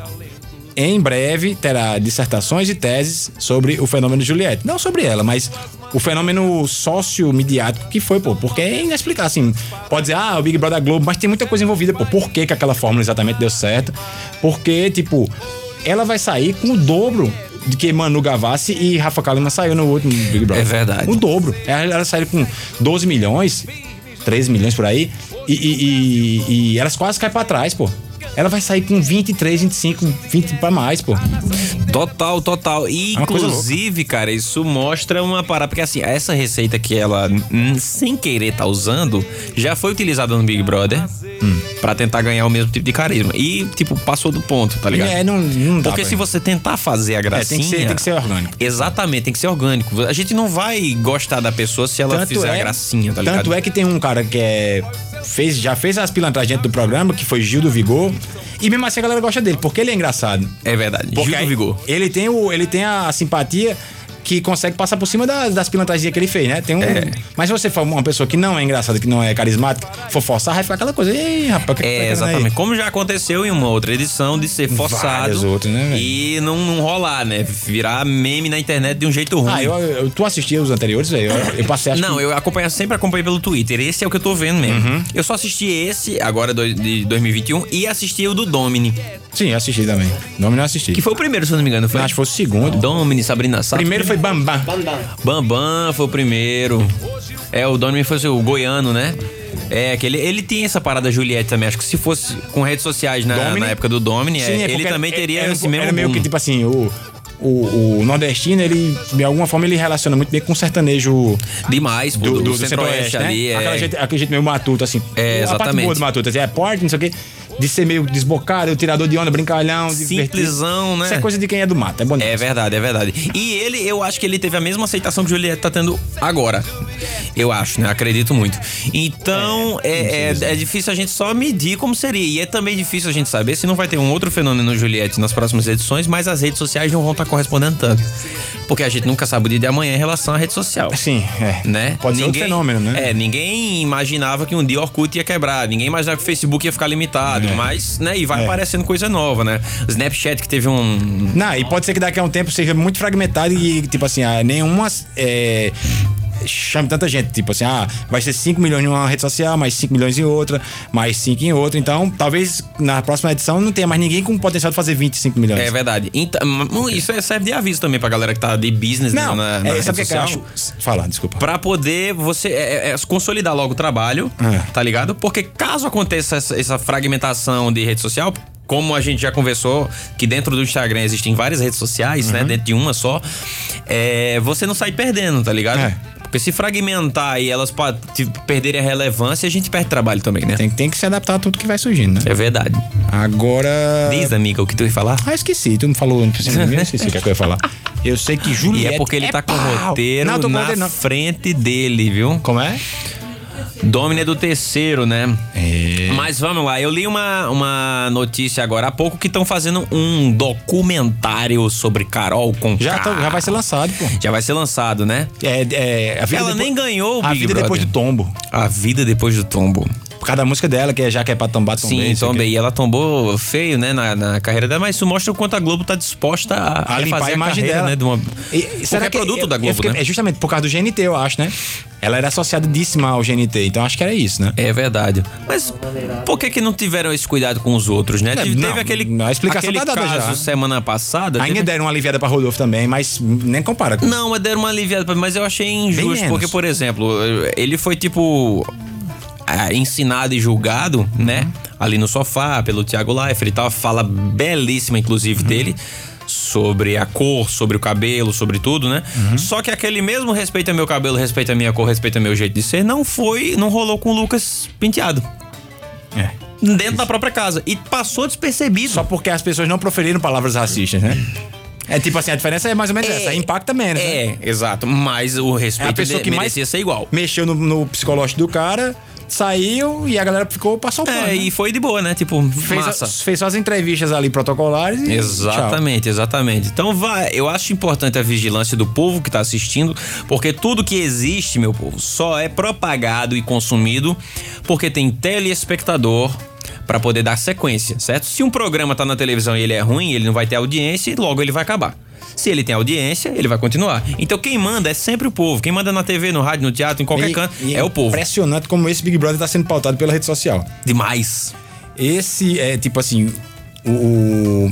Speaker 3: Em breve terá dissertações e teses sobre o fenômeno Juliette. Não sobre ela, mas o fenômeno sócio-midiático que foi, pô. Porque é inexplicável, assim. Pode dizer, ah, o Big Brother Globo, mas tem muita coisa envolvida, pô. Por que, que aquela fórmula exatamente deu certo? Porque, tipo, ela vai sair com o dobro de que Manu Gavassi e Rafa Kalima saiu no último Big Brother. Um
Speaker 2: É verdade.
Speaker 3: O dobro. Ela, ela saiu com 12 milhões, 13 milhões por aí, e, e- e- e elas quase caem pra trás, pô. Ela vai sair com 23, 25, 20 pra mais,
Speaker 2: Tá
Speaker 3: pô.
Speaker 2: Total, total. E,
Speaker 3: É uma coisa
Speaker 2: inclusive, cara, isso mostra uma parada. Porque, assim, essa receita que ela, hum, sem querer, tá usando, já foi utilizada no Big Brother hum, pra tentar ganhar o mesmo tipo de carisma. E, tipo, passou do ponto, tá ligado?
Speaker 3: É, não, não dá
Speaker 2: Porque
Speaker 3: pra-
Speaker 2: se você tentar fazer a
Speaker 3: É,
Speaker 2: gracinha.
Speaker 3: tem que ser, tem que ser orgânico.
Speaker 2: Exatamente, tem que ser orgânico. A gente não vai gostar da pessoa se ela fizer a gracinha, tá ligado?
Speaker 3: é, Tanto é que tem um cara que é, fez, já fez as pilantragens dentro do programa, que foi Gil do Vigor. E mesmo assim a galera gosta dele, porque ele é engraçado.
Speaker 2: É verdade.
Speaker 3: Porque
Speaker 2: Gil
Speaker 3: aí
Speaker 2: do Vigor.
Speaker 3: Ele tem, o, ele tem a simpatia que consegue passar por cima das, das pilantragens que ele fez, né? Tem um,
Speaker 2: É.
Speaker 3: Mas se você for uma pessoa que não é engraçada, que não é carismática, for forçar, vai ficar aquela coisa. Ei, rapaz, o que que tá
Speaker 2: É,
Speaker 3: querendo
Speaker 2: exatamente.
Speaker 3: aí?"
Speaker 2: Como já aconteceu em uma outra edição de ser
Speaker 3: Várias
Speaker 2: forçado
Speaker 3: outras, né, velho?
Speaker 2: e não, não rolar, né? Virar meme na internet de um jeito ruim.
Speaker 3: Ah, eu, eu- tu assistia os anteriores, velho? Eu, eu passei acho
Speaker 2: não,
Speaker 3: que-
Speaker 2: eu acompanho, sempre acompanhei pelo Twitter. Esse é o que eu tô vendo mesmo.
Speaker 3: Uhum.
Speaker 2: Eu só assisti esse, agora do- de 2021, e assisti o do Domini,
Speaker 3: Sim, eu assisti também. Não, eu não assisti.
Speaker 2: que foi o primeiro, se eu não me engano. Foi?
Speaker 3: Acho que foi o segundo.
Speaker 2: Domini, Sabrina Sato.
Speaker 3: Primeiro foi Bambam.
Speaker 2: Bambam foi o primeiro. É, o Donovan foi o goiano, né? É, que ele, ele tinha essa parada Juliette também. Acho que se fosse com redes sociais na,
Speaker 3: Domini?
Speaker 2: na época do Domini, é,
Speaker 3: Sim, é
Speaker 2: ele
Speaker 3: porque
Speaker 2: também
Speaker 3: é-
Speaker 2: teria
Speaker 3: era, um
Speaker 2: esse
Speaker 3: po-
Speaker 2: mesmo.
Speaker 3: Era meio
Speaker 2: boom.
Speaker 3: que tipo assim, o, o, o nordestino, ele, de alguma forma, ele relaciona muito bem com o sertanejo
Speaker 2: Demais, pô,
Speaker 3: do,
Speaker 2: do,
Speaker 3: do
Speaker 2: centro-oeste
Speaker 3: centro-oeste, né?
Speaker 2: ali.
Speaker 3: Aquela
Speaker 2: é.
Speaker 3: gente, aquele jeito meio matuto, assim.
Speaker 2: É,
Speaker 3: A parte
Speaker 2: exatamente.
Speaker 3: boa do matuto, assim, é porte, não sei o quê. de ser meio desbocado, tirador de onda, brincalhão, divertido.
Speaker 2: Simplesão, né?
Speaker 3: Isso é coisa de quem é do mato, é bonito.
Speaker 2: É verdade, é verdade. E ele, eu acho que ele teve a mesma aceitação que Juliette tá tendo agora. Eu acho, né? Acredito muito. Então, é, é, é difícil a gente só medir como seria. E é também difícil a gente saber se não vai ter um outro fenômeno Juliette nas próximas edições, mas as redes sociais não vão estar correspondendo tanto. Porque a gente nunca sabe o dia de amanhã em relação à rede social.
Speaker 3: Sim, é.
Speaker 2: Né?
Speaker 3: Pode ser outro fenômeno, né?
Speaker 2: É, ninguém imaginava que um dia o Orkut ia quebrar, ninguém imaginava que o Facebook ia ficar limitado, mas, né, e vai
Speaker 3: É.
Speaker 2: aparecendo coisa nova, né? Snapchat que teve um,
Speaker 3: Não, e pode ser que daqui a um tempo seja muito fragmentado e, tipo assim, ah, nenhuma. é, chame tanta gente. Tipo assim, ah, vai ser 5 milhões em uma rede social, mais 5 milhões em outra, mais 5 em outra. Então, talvez na próxima edição não tenha mais ninguém com potencial de fazer 25 milhões.
Speaker 2: É verdade. Então, hum, isso é- serve de aviso também pra galera que tá de business né,
Speaker 3: não,
Speaker 2: na, na
Speaker 3: é,
Speaker 2: rede
Speaker 3: sabe o que, que eu
Speaker 2: social.
Speaker 3: acho? Fala, desculpa.
Speaker 2: Pra poder você é, é, é, consolidar logo o trabalho,
Speaker 3: É.
Speaker 2: tá ligado? Porque caso aconteça essa, essa fragmentação de rede social, como a gente já conversou, que dentro do Instagram existem várias redes sociais,
Speaker 3: Uhum.
Speaker 2: né? Dentro de uma só, é, você não sai perdendo, tá ligado?
Speaker 3: É.
Speaker 2: Porque se fragmentar e elas pa- tipo, perderem a relevância, a gente perde trabalho também, né?
Speaker 3: Tem, tem que se adaptar a tudo que vai surgindo, né?
Speaker 2: É verdade.
Speaker 3: Agora.
Speaker 2: Diz, amiga, o que tu ia falar?
Speaker 3: Ah, esqueci. Tu não falou antes de mim, eu esqueci o que, é que eu ia falar. Eu sei que
Speaker 2: E
Speaker 3: Juliette.
Speaker 2: é porque ele tá com o
Speaker 3: pau.
Speaker 2: roteiro
Speaker 3: Não, tô com
Speaker 2: na
Speaker 3: roteiro, não.
Speaker 2: frente dele, viu?
Speaker 3: Como é?
Speaker 2: Domine do terceiro, né?
Speaker 3: É.
Speaker 2: Mas vamos lá, eu li uma, uma notícia agora há pouco que estão fazendo um documentário sobre Carol com
Speaker 3: Já, tá- já vai ser lançado, pô.
Speaker 2: Já vai ser lançado, né?
Speaker 3: É, é, a vida
Speaker 2: Ela
Speaker 3: depois-
Speaker 2: nem ganhou o
Speaker 3: A
Speaker 2: Big
Speaker 3: vida depois
Speaker 2: Brother.
Speaker 3: do tombo.
Speaker 2: A vida depois do tombo.
Speaker 3: Por causa da música dela, que é já que é pra tombar, tombei.
Speaker 2: Sim,
Speaker 3: isso aqui.
Speaker 2: tombei. E ela tombou feio, né, na, na carreira dela, mas isso mostra o quanto a Globo tá disposta a,
Speaker 3: A limpar
Speaker 2: refazer
Speaker 3: a imagem
Speaker 2: carreira,
Speaker 3: dela.
Speaker 2: né? De uma...
Speaker 3: E-
Speaker 2: Porque é produto
Speaker 3: eu-
Speaker 2: da
Speaker 3: eu
Speaker 2: Globo,
Speaker 3: fiquei-
Speaker 2: né?
Speaker 3: É justamente por causa do GNT, eu acho, né? Ela era associadíssima ao GNT, então acho que era isso, né?
Speaker 2: É verdade. Mas por que que não tiveram esse cuidado com os outros, né?
Speaker 3: É,
Speaker 2: Teve,
Speaker 3: não,
Speaker 2: teve aquele,
Speaker 3: a explicação
Speaker 2: aquele
Speaker 3: tá dada
Speaker 2: caso
Speaker 3: já.
Speaker 2: semana passada.
Speaker 3: Ainda
Speaker 2: teve-
Speaker 3: deram uma aliviada pra Rodolfo também, mas nem compara. com-
Speaker 2: Não, mas deram uma aliviada, pra mim, mas eu achei injusto,
Speaker 3: menos.
Speaker 2: porque, por exemplo, ele foi tipo. ah, ensinado e julgado,
Speaker 3: Uhum.
Speaker 2: né? Ali no sofá, pelo Thiago Leifert e tal. Fala belíssima, inclusive,
Speaker 3: Uhum.
Speaker 2: dele. Sobre a cor, sobre o cabelo, sobre tudo, né?
Speaker 3: Uhum.
Speaker 2: Só que aquele mesmo respeito a meu cabelo, respeito a minha cor, respeito a meu jeito de ser, não foi, não rolou com o Lucas Penteado.
Speaker 3: É.
Speaker 2: Dentro da própria casa. E passou despercebido.
Speaker 3: Só porque as pessoas não proferiram palavras racistas, né? É tipo assim, a diferença é mais ou menos essa. Impacta menos. né?
Speaker 2: É, exato. Mas o
Speaker 3: É a
Speaker 2: respeito
Speaker 3: pessoa
Speaker 2: de-
Speaker 3: que mais-
Speaker 2: merecia ser igual.
Speaker 3: Mexeu no, no psicológico do cara, saiu e a galera ficou, passou o pano.
Speaker 2: É,
Speaker 3: né?
Speaker 2: e foi de boa, né? Tipo,
Speaker 3: fez,
Speaker 2: massa.
Speaker 3: a- fez só as entrevistas ali protocolares e. tchau.
Speaker 2: Exatamente, exatamente. Então vai, eu acho importante a vigilância do povo que tá assistindo, porque tudo que existe, meu povo, só é propagado e consumido porque tem telespectador pra poder dar sequência, certo? Se um programa tá na televisão e ele é ruim, ele não vai ter audiência e logo ele vai acabar. Se ele tem audiência, ele vai continuar. Então quem manda é sempre o povo. Quem manda na TV, no rádio, no teatro, em qualquer
Speaker 3: E-
Speaker 2: canto,
Speaker 3: e
Speaker 2: é o povo.
Speaker 3: Impressionante como esse Big Brother tá sendo pautado pela rede social.
Speaker 2: Demais.
Speaker 3: Esse é tipo assim, o, o,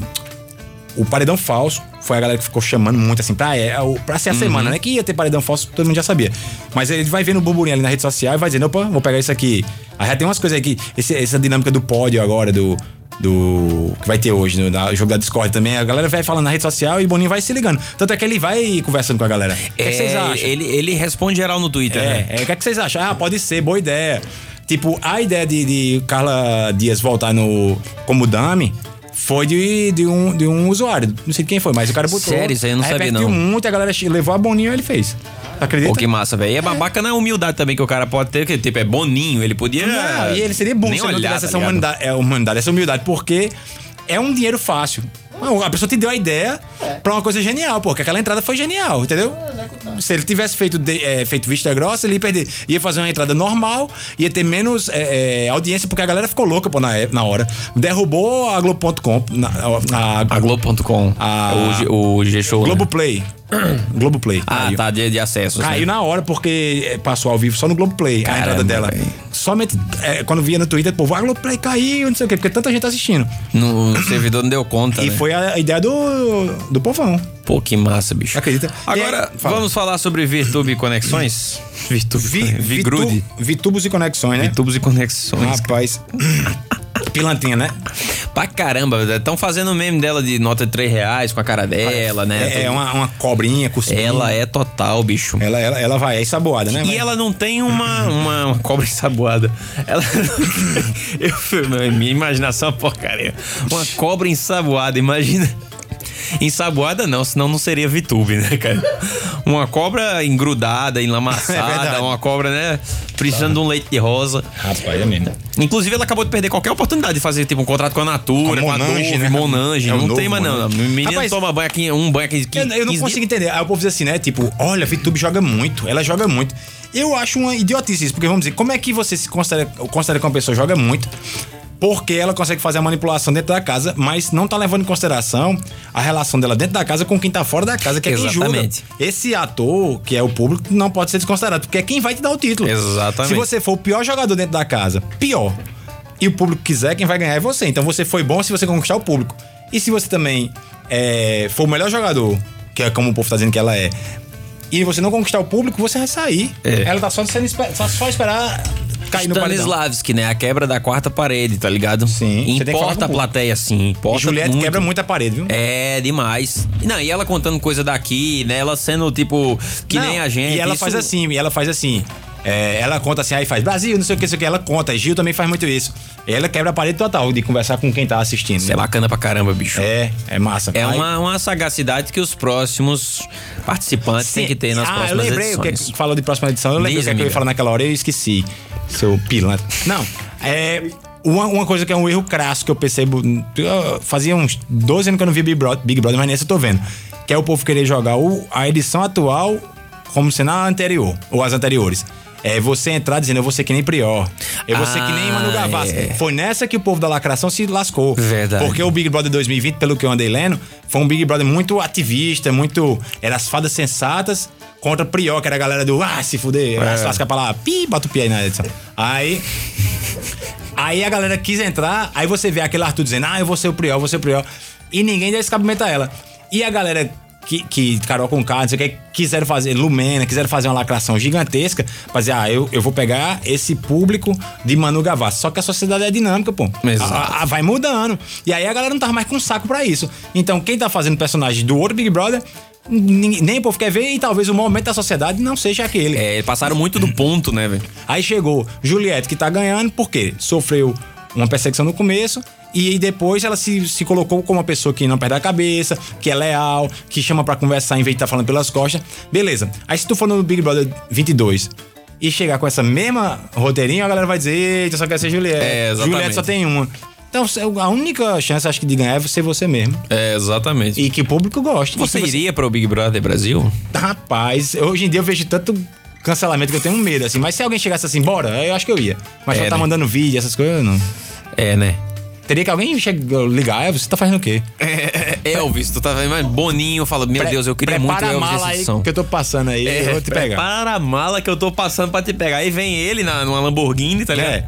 Speaker 3: o paredão falso foi a galera que ficou chamando muito assim pra, é, o- pra ser a semana, né? Que ia ter paredão falso, todo mundo já sabia. Mas ele vai vendo o burburinho ali na rede social e vai dizendo, opa, vou pegar isso aqui. Aí já tem umas coisas aqui, esse- essa dinâmica do pódio agora, do. Do. Que vai ter hoje, no da- jogo da Discord também. A galera vai falando na rede social e o Boninho vai se ligando. Tanto é que ele vai conversando com a galera. O que, é que vocês acham?
Speaker 2: Ele, ele responde geral no Twitter, né?
Speaker 3: É, é, o que, é que vocês acham? Ah, pode ser, boa ideia. Tipo, a ideia de, de Carla Dias voltar no como dame foi de, de, um, de um usuário. Não sei quem foi, mas o cara botou.
Speaker 2: Sério? Isso aí eu não
Speaker 3: Aí
Speaker 2: sabia,
Speaker 3: repercutiu
Speaker 2: não.
Speaker 3: muito, a galera che- levou a boninha e ele fez. Acredita?
Speaker 2: Pô, que massa, velho. E é babaca na humildade também que o cara pode ter, que tipo, é boninho, ele podia.
Speaker 3: Não, e ele seria bom
Speaker 2: É, nem
Speaker 3: se ele não
Speaker 2: olhar,
Speaker 3: tivesse
Speaker 2: tá
Speaker 3: essa
Speaker 2: ligado?
Speaker 3: humanidade, é, humanidade, essa humildade, porque é um dinheiro fácil. Não, A pessoa te deu a ideia pra uma coisa genial, porque aquela entrada foi genial, entendeu? Se ele tivesse feito, de- é, feito vista grossa, ele ia, perder, ia fazer uma entrada normal, ia ter menos é, é, audiência, porque a galera ficou louca pô, na, é- na hora. Derrubou a Globo.com, na, a,
Speaker 2: A né?
Speaker 3: a,
Speaker 2: Globo.com.
Speaker 3: A-
Speaker 2: O G- O G-Show. né?
Speaker 3: Globoplay. Globoplay.
Speaker 2: Ah,
Speaker 3: Caiu.
Speaker 2: tá, de, de acesso.
Speaker 3: Caiu na hora porque eh, passou ao vivo só no Globoplay a
Speaker 2: Caramba,
Speaker 3: entrada dela.
Speaker 2: velho.
Speaker 3: Somente eh, quando via no Twitter, o povo, ah, Globoplay caiu, não sei o quê, porque tanta gente tá assistindo.
Speaker 2: No servidor não deu conta.
Speaker 3: E
Speaker 2: né?
Speaker 3: foi a ideia do, do povão.
Speaker 2: Pô, que massa, bicho.
Speaker 3: Acredita?
Speaker 2: Agora,
Speaker 3: E aí, fala.
Speaker 2: vamos falar sobre Virtube e Conexões? Virtube.
Speaker 3: Vi,
Speaker 2: Vigrude.
Speaker 3: Vitu- Vitubos e conexões, né?
Speaker 2: Vitubos e Conexões.
Speaker 3: Rapaz. pilantinha, né?
Speaker 2: Pra caramba, estão fazendo o meme dela de nota de 3 reais com a cara dela, né?
Speaker 3: É, é uma, uma cobrinha cuspindo.
Speaker 2: Ela é total, bicho.
Speaker 3: Ela, ela, ela vai, é ensaboada, né?
Speaker 2: E
Speaker 3: Vai.
Speaker 2: ela não tem uma, uma, uma cobra ensaboada. Ela Eu, minha imaginação é uma porcaria. Uma cobra ensaboada, imagina. Ensaboada não, senão não seria VTube, né, cara? Uma cobra engrudada, enlamaçada,
Speaker 3: É verdade.
Speaker 2: uma cobra, né? Precisando de um leite de rosa.
Speaker 3: Rapaz, é mesmo.
Speaker 2: Inclusive, ela acabou de perder qualquer oportunidade de fazer tipo um contrato com a Natura,
Speaker 3: Com
Speaker 2: com
Speaker 3: a
Speaker 2: a
Speaker 3: Monange,
Speaker 2: Dove,
Speaker 3: né?
Speaker 2: Monange.
Speaker 3: É o
Speaker 2: não
Speaker 3: novo
Speaker 2: tem mais, não.
Speaker 3: Monange.
Speaker 2: Menina
Speaker 3: Rapaz,
Speaker 2: toma banho aqui, um banho aqui.
Speaker 3: Eu, eu não consigo entender. Aí o povo diz assim, né? Tipo, olha, VTube joga muito, ela joga muito. Eu acho uma idiotice isso, porque vamos dizer, como é que você se considera, considera que uma pessoa joga muito? Porque ela consegue fazer a manipulação dentro da casa, mas não tá levando em consideração a relação dela dentro da casa com quem tá fora da casa, que é quem julga.
Speaker 2: Exatamente.
Speaker 3: Esse ator, que é o público, não pode ser desconsiderado, porque é quem vai te dar o título.
Speaker 2: Exatamente.
Speaker 3: Se você for o pior jogador dentro da casa, pior, e o público quiser, quem vai ganhar é você. Então você foi bom se você conquistar o público. E se você também é, for o melhor jogador, que é como o povo tá dizendo que ela é, e você não conquistar o público, você vai sair.
Speaker 2: É.
Speaker 3: Ela tá só, sendo, espe- só, só esperar cair no paredão.
Speaker 2: Stanislavski, né? A quebra da quarta parede, tá ligado?
Speaker 3: Sim, você tem que falar com
Speaker 2: Importa
Speaker 3: o
Speaker 2: a
Speaker 3: público.
Speaker 2: plateia, sim. Importa
Speaker 3: E Juliette
Speaker 2: muito.
Speaker 3: quebra muito a parede, viu?
Speaker 2: É, demais. Não, e ela contando coisa daqui, né? Ela sendo, tipo, que
Speaker 3: Não,
Speaker 2: nem a gente.
Speaker 3: E ela
Speaker 2: isso-
Speaker 3: faz assim, e ela faz assim. É, ela conta assim, aí faz Brasil, não sei o que, não sei o que. Ela conta, e Gil também faz muito isso. Ela quebra a parede total de conversar com quem tá assistindo.
Speaker 2: Isso é bacana pra caramba, bicho.
Speaker 3: É, é massa.
Speaker 2: É
Speaker 3: Aí-
Speaker 2: uma, uma sagacidade que os próximos participantes têm é que ter nas
Speaker 3: ah,
Speaker 2: próximas
Speaker 3: eu lembrei o que, é
Speaker 2: edições.
Speaker 3: que falou de próxima edição. Eu lembrei
Speaker 2: Diz,
Speaker 3: o que, é que eu ia
Speaker 2: amiga.
Speaker 3: falar naquela hora e eu esqueci. Seu pilantra. Não, é... Uma, uma coisa que é um erro crasso que eu percebo... eu Fazia uns 12 anos que eu não via Big Brother, Big Brother mas nesse eu tô vendo. Que é o povo querer jogar o- a edição atual como sendo a anterior, ou as anteriores. É você entrar dizendo, eu vou ser que nem Prior. Eu vou ser que nem Manu
Speaker 2: Ah,
Speaker 3: Gavassi.
Speaker 2: é.
Speaker 3: Foi nessa que o povo da lacração se lascou.
Speaker 2: Verdade.
Speaker 3: Porque o Big Brother 2020, pelo que eu andei lendo, foi um Big Brother muito ativista, muito. Era as fadas sensatas contra o Prior, que era a galera do Ah, se fuder, é. lasca pra lá, pi, bota o pi aí na edição. Aí. Aí a galera quis entrar, aí você vê aquele Arthur dizendo, ah, eu vou ser o Prior, eu vou ser o Prior. E ninguém dá esse cabimento a ela. E a galera que, que Carol com K, não sei o que, quiseram fazer, Lumena, quiseram fazer uma lacração gigantesca, pra dizer, ah, eu, eu vou pegar esse público de Manu Gavassi. Só que a sociedade é dinâmica, pô.
Speaker 2: Exato.
Speaker 3: A- a- vai mudando. E aí a galera não tava mais com saco pra isso. Então quem tá fazendo personagem do outro Big Brother, nin- nem o povo quer ver e talvez o momento da sociedade não seja aquele.
Speaker 2: É, passaram muito do ponto, né, velho?
Speaker 3: Aí chegou Juliette, que tá ganhando, porque sofreu uma perseguição no começo. E aí depois ela se, se colocou como uma pessoa que não perde a cabeça, que é leal, que chama pra conversar em vez de tá falando pelas costas. Beleza. Aí se tu for no Big Brother 22 e chegar com essa mesma roteirinha, a galera vai dizer: Eita, eu só quero ser Juliette.
Speaker 2: É, exatamente.
Speaker 3: Juliette só tem uma. Então a única chance, acho que, de ganhar é ser você mesmo.
Speaker 2: É, exatamente.
Speaker 3: E que o público gosta.
Speaker 2: você
Speaker 3: E que
Speaker 2: iria pro Big Brother Brasil?
Speaker 3: Rapaz, hoje em dia eu vejo tanto cancelamento que eu tenho medo, assim. Mas se alguém chegasse assim, bora, eu acho que eu ia. Mas
Speaker 2: É,
Speaker 3: já tá
Speaker 2: né?
Speaker 3: mandando vídeo, essas coisas, eu não.
Speaker 2: É, né?
Speaker 3: Teria que alguém chegar, ligar, "É, você tá fazendo o quê?
Speaker 2: Elvis, tu tá vendo? Mas Boninho fala, meu Deus, eu queria muito
Speaker 3: Prepara a
Speaker 2: Elvis
Speaker 3: mala
Speaker 2: essa
Speaker 3: aí
Speaker 2: edição.
Speaker 3: que eu tô passando aí, eu vou te pegar.
Speaker 2: É, Prepara a mala que eu tô passando pra te pegar. Aí vem ele na, numa Lamborghini, tá ligado?
Speaker 3: É.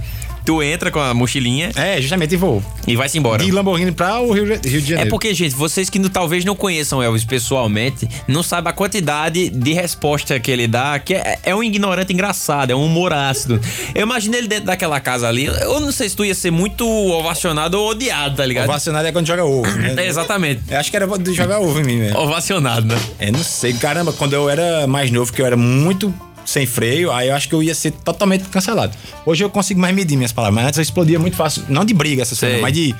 Speaker 2: Tu entra com a mochilinha
Speaker 3: É, justamente, e vou.
Speaker 2: e vai-se embora.
Speaker 3: De Lamborghini pra o Rio, Rio de
Speaker 2: É
Speaker 3: Janeiro.
Speaker 2: porque, gente, vocês que não- talvez não conheçam Elvis pessoalmente, não sabem a quantidade de resposta que ele dá, que é, é um ignorante engraçado, é um humor ácido. Eu imagino ele dentro daquela casa ali, eu não sei se tu ia ser muito ovacionado ou odiado, tá ligado?
Speaker 3: Vacionado é quando joga ovo. né?
Speaker 2: É, exatamente.
Speaker 3: Eu acho que era de jogar ovo em mim, né?
Speaker 2: Ovacionado, né?
Speaker 3: É, não sei. Caramba, quando eu era mais novo, que eu era muito sem freio, aí eu acho que eu ia ser totalmente cancelado. Hoje eu consigo mais medir minhas palavras, mas antes eu explodia muito fácil. Não de briga, essas
Speaker 2: Sei.
Speaker 3: coisas, mas de.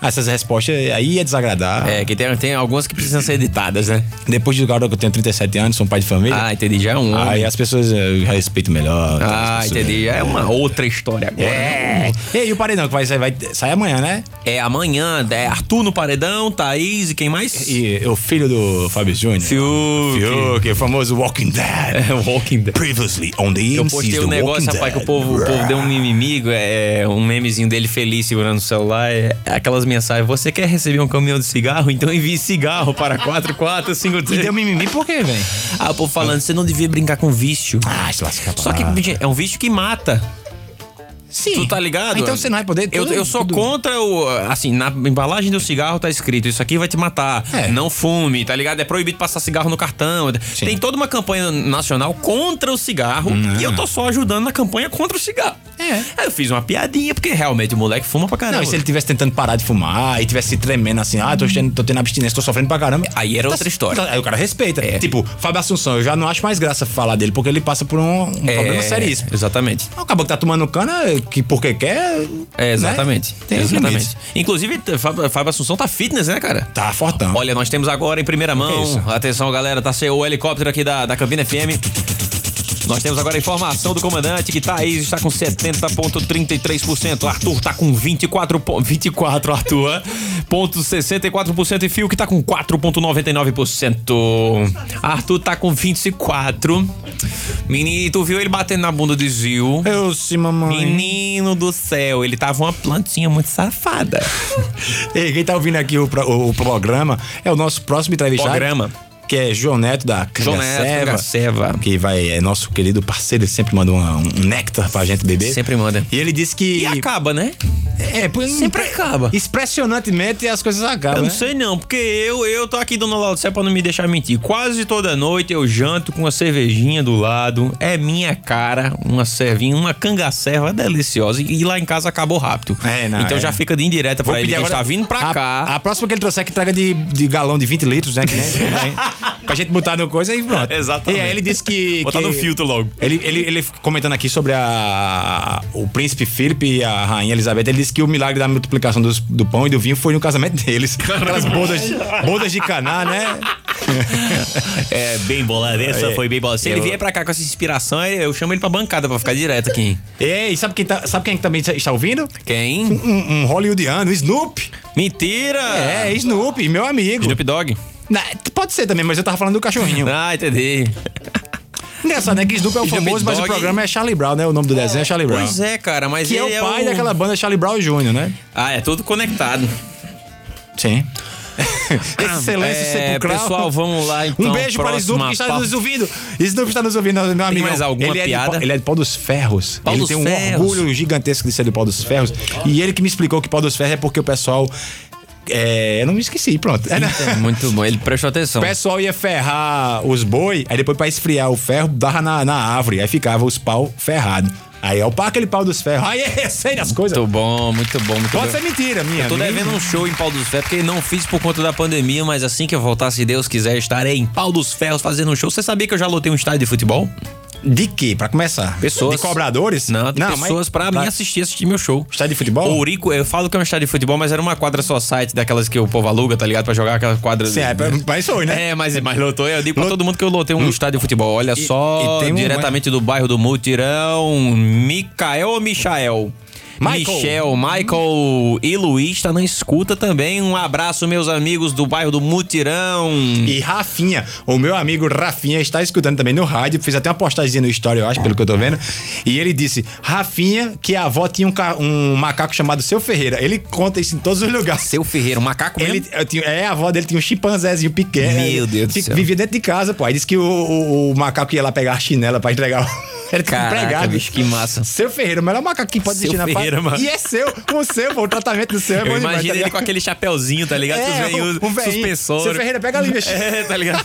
Speaker 3: Essas respostas aí é desagradar.
Speaker 2: É, que tem, tem algumas que precisam ser editadas, né?
Speaker 3: Depois de agora que eu tenho 37 anos, sou um pai de família.
Speaker 2: Ah, entendi, já é um
Speaker 3: aí
Speaker 2: homem.
Speaker 3: as pessoas eh, eu respeito melhor. tá? As
Speaker 2: Ah,
Speaker 3: pessoas-
Speaker 2: entendi, já é uma outra história agora. né?
Speaker 3: É. E aí, o paredão que vai sair, vai sair amanhã, né?
Speaker 2: É amanhã, é Arthur no paredão, Thaís e quem mais?
Speaker 3: E o filho do Fábio Júnior.
Speaker 2: Fiuk.
Speaker 3: Fiuk, o famoso Walking Dead.
Speaker 2: É, Walking Dead.
Speaker 3: Previously on the
Speaker 2: Eu
Speaker 3: MCs
Speaker 2: postei
Speaker 3: do
Speaker 2: um negócio,
Speaker 3: Walking
Speaker 2: rapaz, que o
Speaker 3: Dead.
Speaker 2: povo, o povo deu um mimimigo, é, um memezinho dele feliz segurando o celular, é, aquelas mensagens, você quer receber um caminhão de cigarro? Então envie cigarro para 4453.
Speaker 3: Deu mimimi por quê, velho?
Speaker 2: Ah, o povo falando, você não devia brincar com vício.
Speaker 3: Ah, se lasca pra
Speaker 2: Só que
Speaker 3: lá.
Speaker 2: gente, é um vício que mata.
Speaker 3: Sim.
Speaker 2: Tu tá ligado?
Speaker 3: Então você não vai poder.
Speaker 2: Eu,
Speaker 3: tudo-
Speaker 2: eu sou
Speaker 3: tudo-
Speaker 2: contra o. Assim, na embalagem do cigarro tá escrito: Isso aqui vai te matar.
Speaker 3: É.
Speaker 2: Não fume, tá ligado? É proibido passar cigarro no cartão.
Speaker 3: Hum,
Speaker 2: Tem toda uma campanha nacional contra o cigarro. E eu tô só ajudando na campanha contra o cigarro. Aí eu fiz uma piadinha, porque realmente o moleque fuma pra caramba.
Speaker 3: É. Não, e se ele tivesse tentando parar de fumar e tivesse se tremendo assim, ah, tô, tendo- tô tendo abstinência, tô sofrendo pra caramba.
Speaker 2: Aí era
Speaker 3: Tá-
Speaker 2: outra história.
Speaker 3: Aí o cara respeita.
Speaker 2: É.
Speaker 3: Tipo, Fábio Assunção, eu já não acho mais graça falar dele, porque ele passa por um, um
Speaker 2: É.
Speaker 3: problema seríssimo.
Speaker 2: Exatamente.
Speaker 3: O cara que tá tomando cana, que porque quer. né?
Speaker 2: É, exatamente.
Speaker 3: Tem os
Speaker 2: exatamente.
Speaker 3: limites.
Speaker 2: Inclusive, t- Fábio Fábio Assunção tá fitness, né, cara?
Speaker 3: Tá fortão.
Speaker 2: Olha, nós temos agora em primeira mão.
Speaker 3: isso?
Speaker 2: Atenção, galera, tá saiu o helicóptero aqui da, da Campina FM. Nós temos agora a informação do comandante que Thaís está com 70,33%. Arthur tá com 24, po- 24 Arthur, hã? ponto 64% e Fio que tá com 4,99%. Arthur tá com 24. Menino, tu viu ele batendo na bunda de Zil?
Speaker 3: Eu sim, mamãe.
Speaker 2: Menino do céu, ele tava uma plantinha muito safada.
Speaker 3: Ei, quem tá ouvindo aqui o, pro- o- o programa é o nosso próximo entrevistado.
Speaker 2: Programa.
Speaker 3: Que é João Neto da
Speaker 2: João Neto, Cangaceva.
Speaker 3: Cangaceva. Que vai, é nosso querido parceiro, ele sempre manda uma- um néctar pra gente beber.
Speaker 2: Sempre manda.
Speaker 3: E ele disse que.
Speaker 2: E acaba, né?
Speaker 3: É, pois-
Speaker 2: Sempre acaba.
Speaker 3: Impressionantemente as coisas acabam.
Speaker 2: Eu não
Speaker 3: né?
Speaker 2: sei não, porque eu, eu tô aqui dando aula de pra não me deixar mentir. Quase toda noite eu janto com uma cervejinha do lado. É minha cara, uma cervinha, uma cangacerva deliciosa. E e lá em casa acabou rápido.
Speaker 3: É, não,
Speaker 2: então
Speaker 3: é.
Speaker 2: já fica de indireta pra ele que está vindo pra
Speaker 3: a,
Speaker 2: cá.
Speaker 3: A próxima que ele trouxer é que traga de, de galão de 20 litros, né? Que nem- pra gente botar no coisa e pronto.
Speaker 2: Exatamente.
Speaker 3: E aí ele disse que.
Speaker 2: Botar
Speaker 3: que-
Speaker 2: no filtro logo.
Speaker 3: Ele, ele, ele comentando aqui sobre a, o príncipe Filipe e a rainha Elizabeth, ele disse que o milagre da multiplicação dos- do pão e do vinho foi no casamento deles. Aquelas bodas, bodas de caná, né?
Speaker 2: É bem bolada, essa
Speaker 3: É.
Speaker 2: foi bem bolada. Se ele
Speaker 3: Eu-
Speaker 2: vier pra cá com essa inspiração, eu chamo ele pra bancada pra ficar direto aqui.
Speaker 3: Ei, sabe quem, tá- sabe quem também está ouvindo?
Speaker 2: Quem?
Speaker 3: Um, um hollywoodiano, Snoop.
Speaker 2: Mentira!
Speaker 3: É, Snoop, meu amigo.
Speaker 2: Snoop Dogg?
Speaker 3: Na- Pode ser também, mas eu tava falando do cachorrinho.
Speaker 2: Ah, entendi.
Speaker 3: Engraçado, né? Que Snoop é o
Speaker 2: Snoop
Speaker 3: famoso, mas o
Speaker 2: Dogg.
Speaker 3: programa é Charlie Brown, né? O nome do desenho é Charlie Brown.
Speaker 2: Pois é, cara, mas
Speaker 3: Que é
Speaker 2: ele
Speaker 3: o pai daquela banda Charlie Brown Jr., né?
Speaker 2: Ah, é tudo conectado.
Speaker 3: Sim. Esse silêncio
Speaker 2: é,
Speaker 3: sepulcral.
Speaker 2: pessoal, vamos lá, então,
Speaker 3: Um beijo para
Speaker 2: próxima
Speaker 3: Snoop que está
Speaker 2: pauta.
Speaker 3: nos ouvindo. Snoop está nos ouvindo, meu amigo.
Speaker 2: mais alguma
Speaker 3: ele É de,
Speaker 2: piada?
Speaker 3: Pau- ele é de Pau dos Ferros.
Speaker 2: Pau
Speaker 3: ele
Speaker 2: dos
Speaker 3: tem um
Speaker 2: Ferros.
Speaker 3: orgulho gigantesco de ser de Pau dos Ferros. E ele que me explicou que Pau dos Ferros é porque o pessoal... É, eu não me esqueci, pronto. É, né?
Speaker 2: Muito bom, ele prestou atenção.
Speaker 3: O pessoal ia ferrar os boi, aí depois pra esfriar o ferro, dava na, na árvore, aí ficava os pau ferrado. Aí é o pá aquele pau dos ferros. Aí é sei das coisas.
Speaker 2: Muito bom, muito bom, muito
Speaker 3: Pode
Speaker 2: bom.
Speaker 3: ser mentira, minha.
Speaker 2: Tô
Speaker 3: minha.
Speaker 2: devendo um show em Pau dos Ferros, porque não fiz por conta da pandemia, mas assim que eu voltar, se Deus quiser, estarei em Pau dos Ferros fazendo um show. Você sabia que eu já lotei um estádio de futebol?
Speaker 3: De quê, pra começar?
Speaker 2: Pessoas.
Speaker 3: De cobradores?
Speaker 2: Não,
Speaker 3: mas-
Speaker 2: pessoas pra, mim assistir, assistir meu show.
Speaker 3: Estádio de futebol?
Speaker 2: Ourico, eu falo que é um estádio de futebol, mas era uma quadra só site daquelas que o povo aluga, tá ligado? Pra jogar aquela quadra.
Speaker 3: Sim, é, mas foi, né? Hum.
Speaker 2: É, mas, mas lotou. Eu digo pra todo mundo que eu lotei um estádio de futebol. Olha só,
Speaker 3: e tem um-
Speaker 2: diretamente do bairro do Mutirão, Micael ou Michael?
Speaker 3: Michael.
Speaker 2: Michel, Michael e Luiz tá na escuta também. Um abraço, meus amigos do bairro do Mutirão.
Speaker 3: E Rafinha, o meu amigo Rafinha está escutando também no rádio, fiz até uma postagem no story, eu acho, pelo que eu tô vendo. E ele disse: Rafinha, que a avó tinha um, ca- um macaco chamado Seu Ferreira. Ele conta isso em todos os lugares.
Speaker 2: Seu Ferreira, um macaco
Speaker 3: Ele,
Speaker 2: mesmo?
Speaker 3: eu tinha- é, a avó dele tinha um chimpanzézinho pequeno.
Speaker 2: Meu Deus do
Speaker 3: Fi-
Speaker 2: céu.
Speaker 3: Vivia dentro de casa, pô. Aí disse que o, o- o macaco ia lá pegar a chinela pra entregar. o- Ele tinha
Speaker 2: Caraca,
Speaker 3: empregado.
Speaker 2: bicho, que massa.
Speaker 3: Seu Ferreira, o melhor macaco que pode
Speaker 2: Seu
Speaker 3: existir na
Speaker 2: Ferreira,
Speaker 3: face.
Speaker 2: mano.
Speaker 3: E é seu, o seu, pô. O tratamento do seu é bom
Speaker 2: Eu
Speaker 3: demais,
Speaker 2: imagino
Speaker 3: tá
Speaker 2: ele
Speaker 3: ligado?
Speaker 2: com aquele chapéuzinho, tá ligado? Dos
Speaker 3: É,
Speaker 2: velhinhos,
Speaker 3: o, o velhinho.
Speaker 2: suspensores.
Speaker 3: Seu Ferreira, pega ali, meu
Speaker 2: É, tá ligado?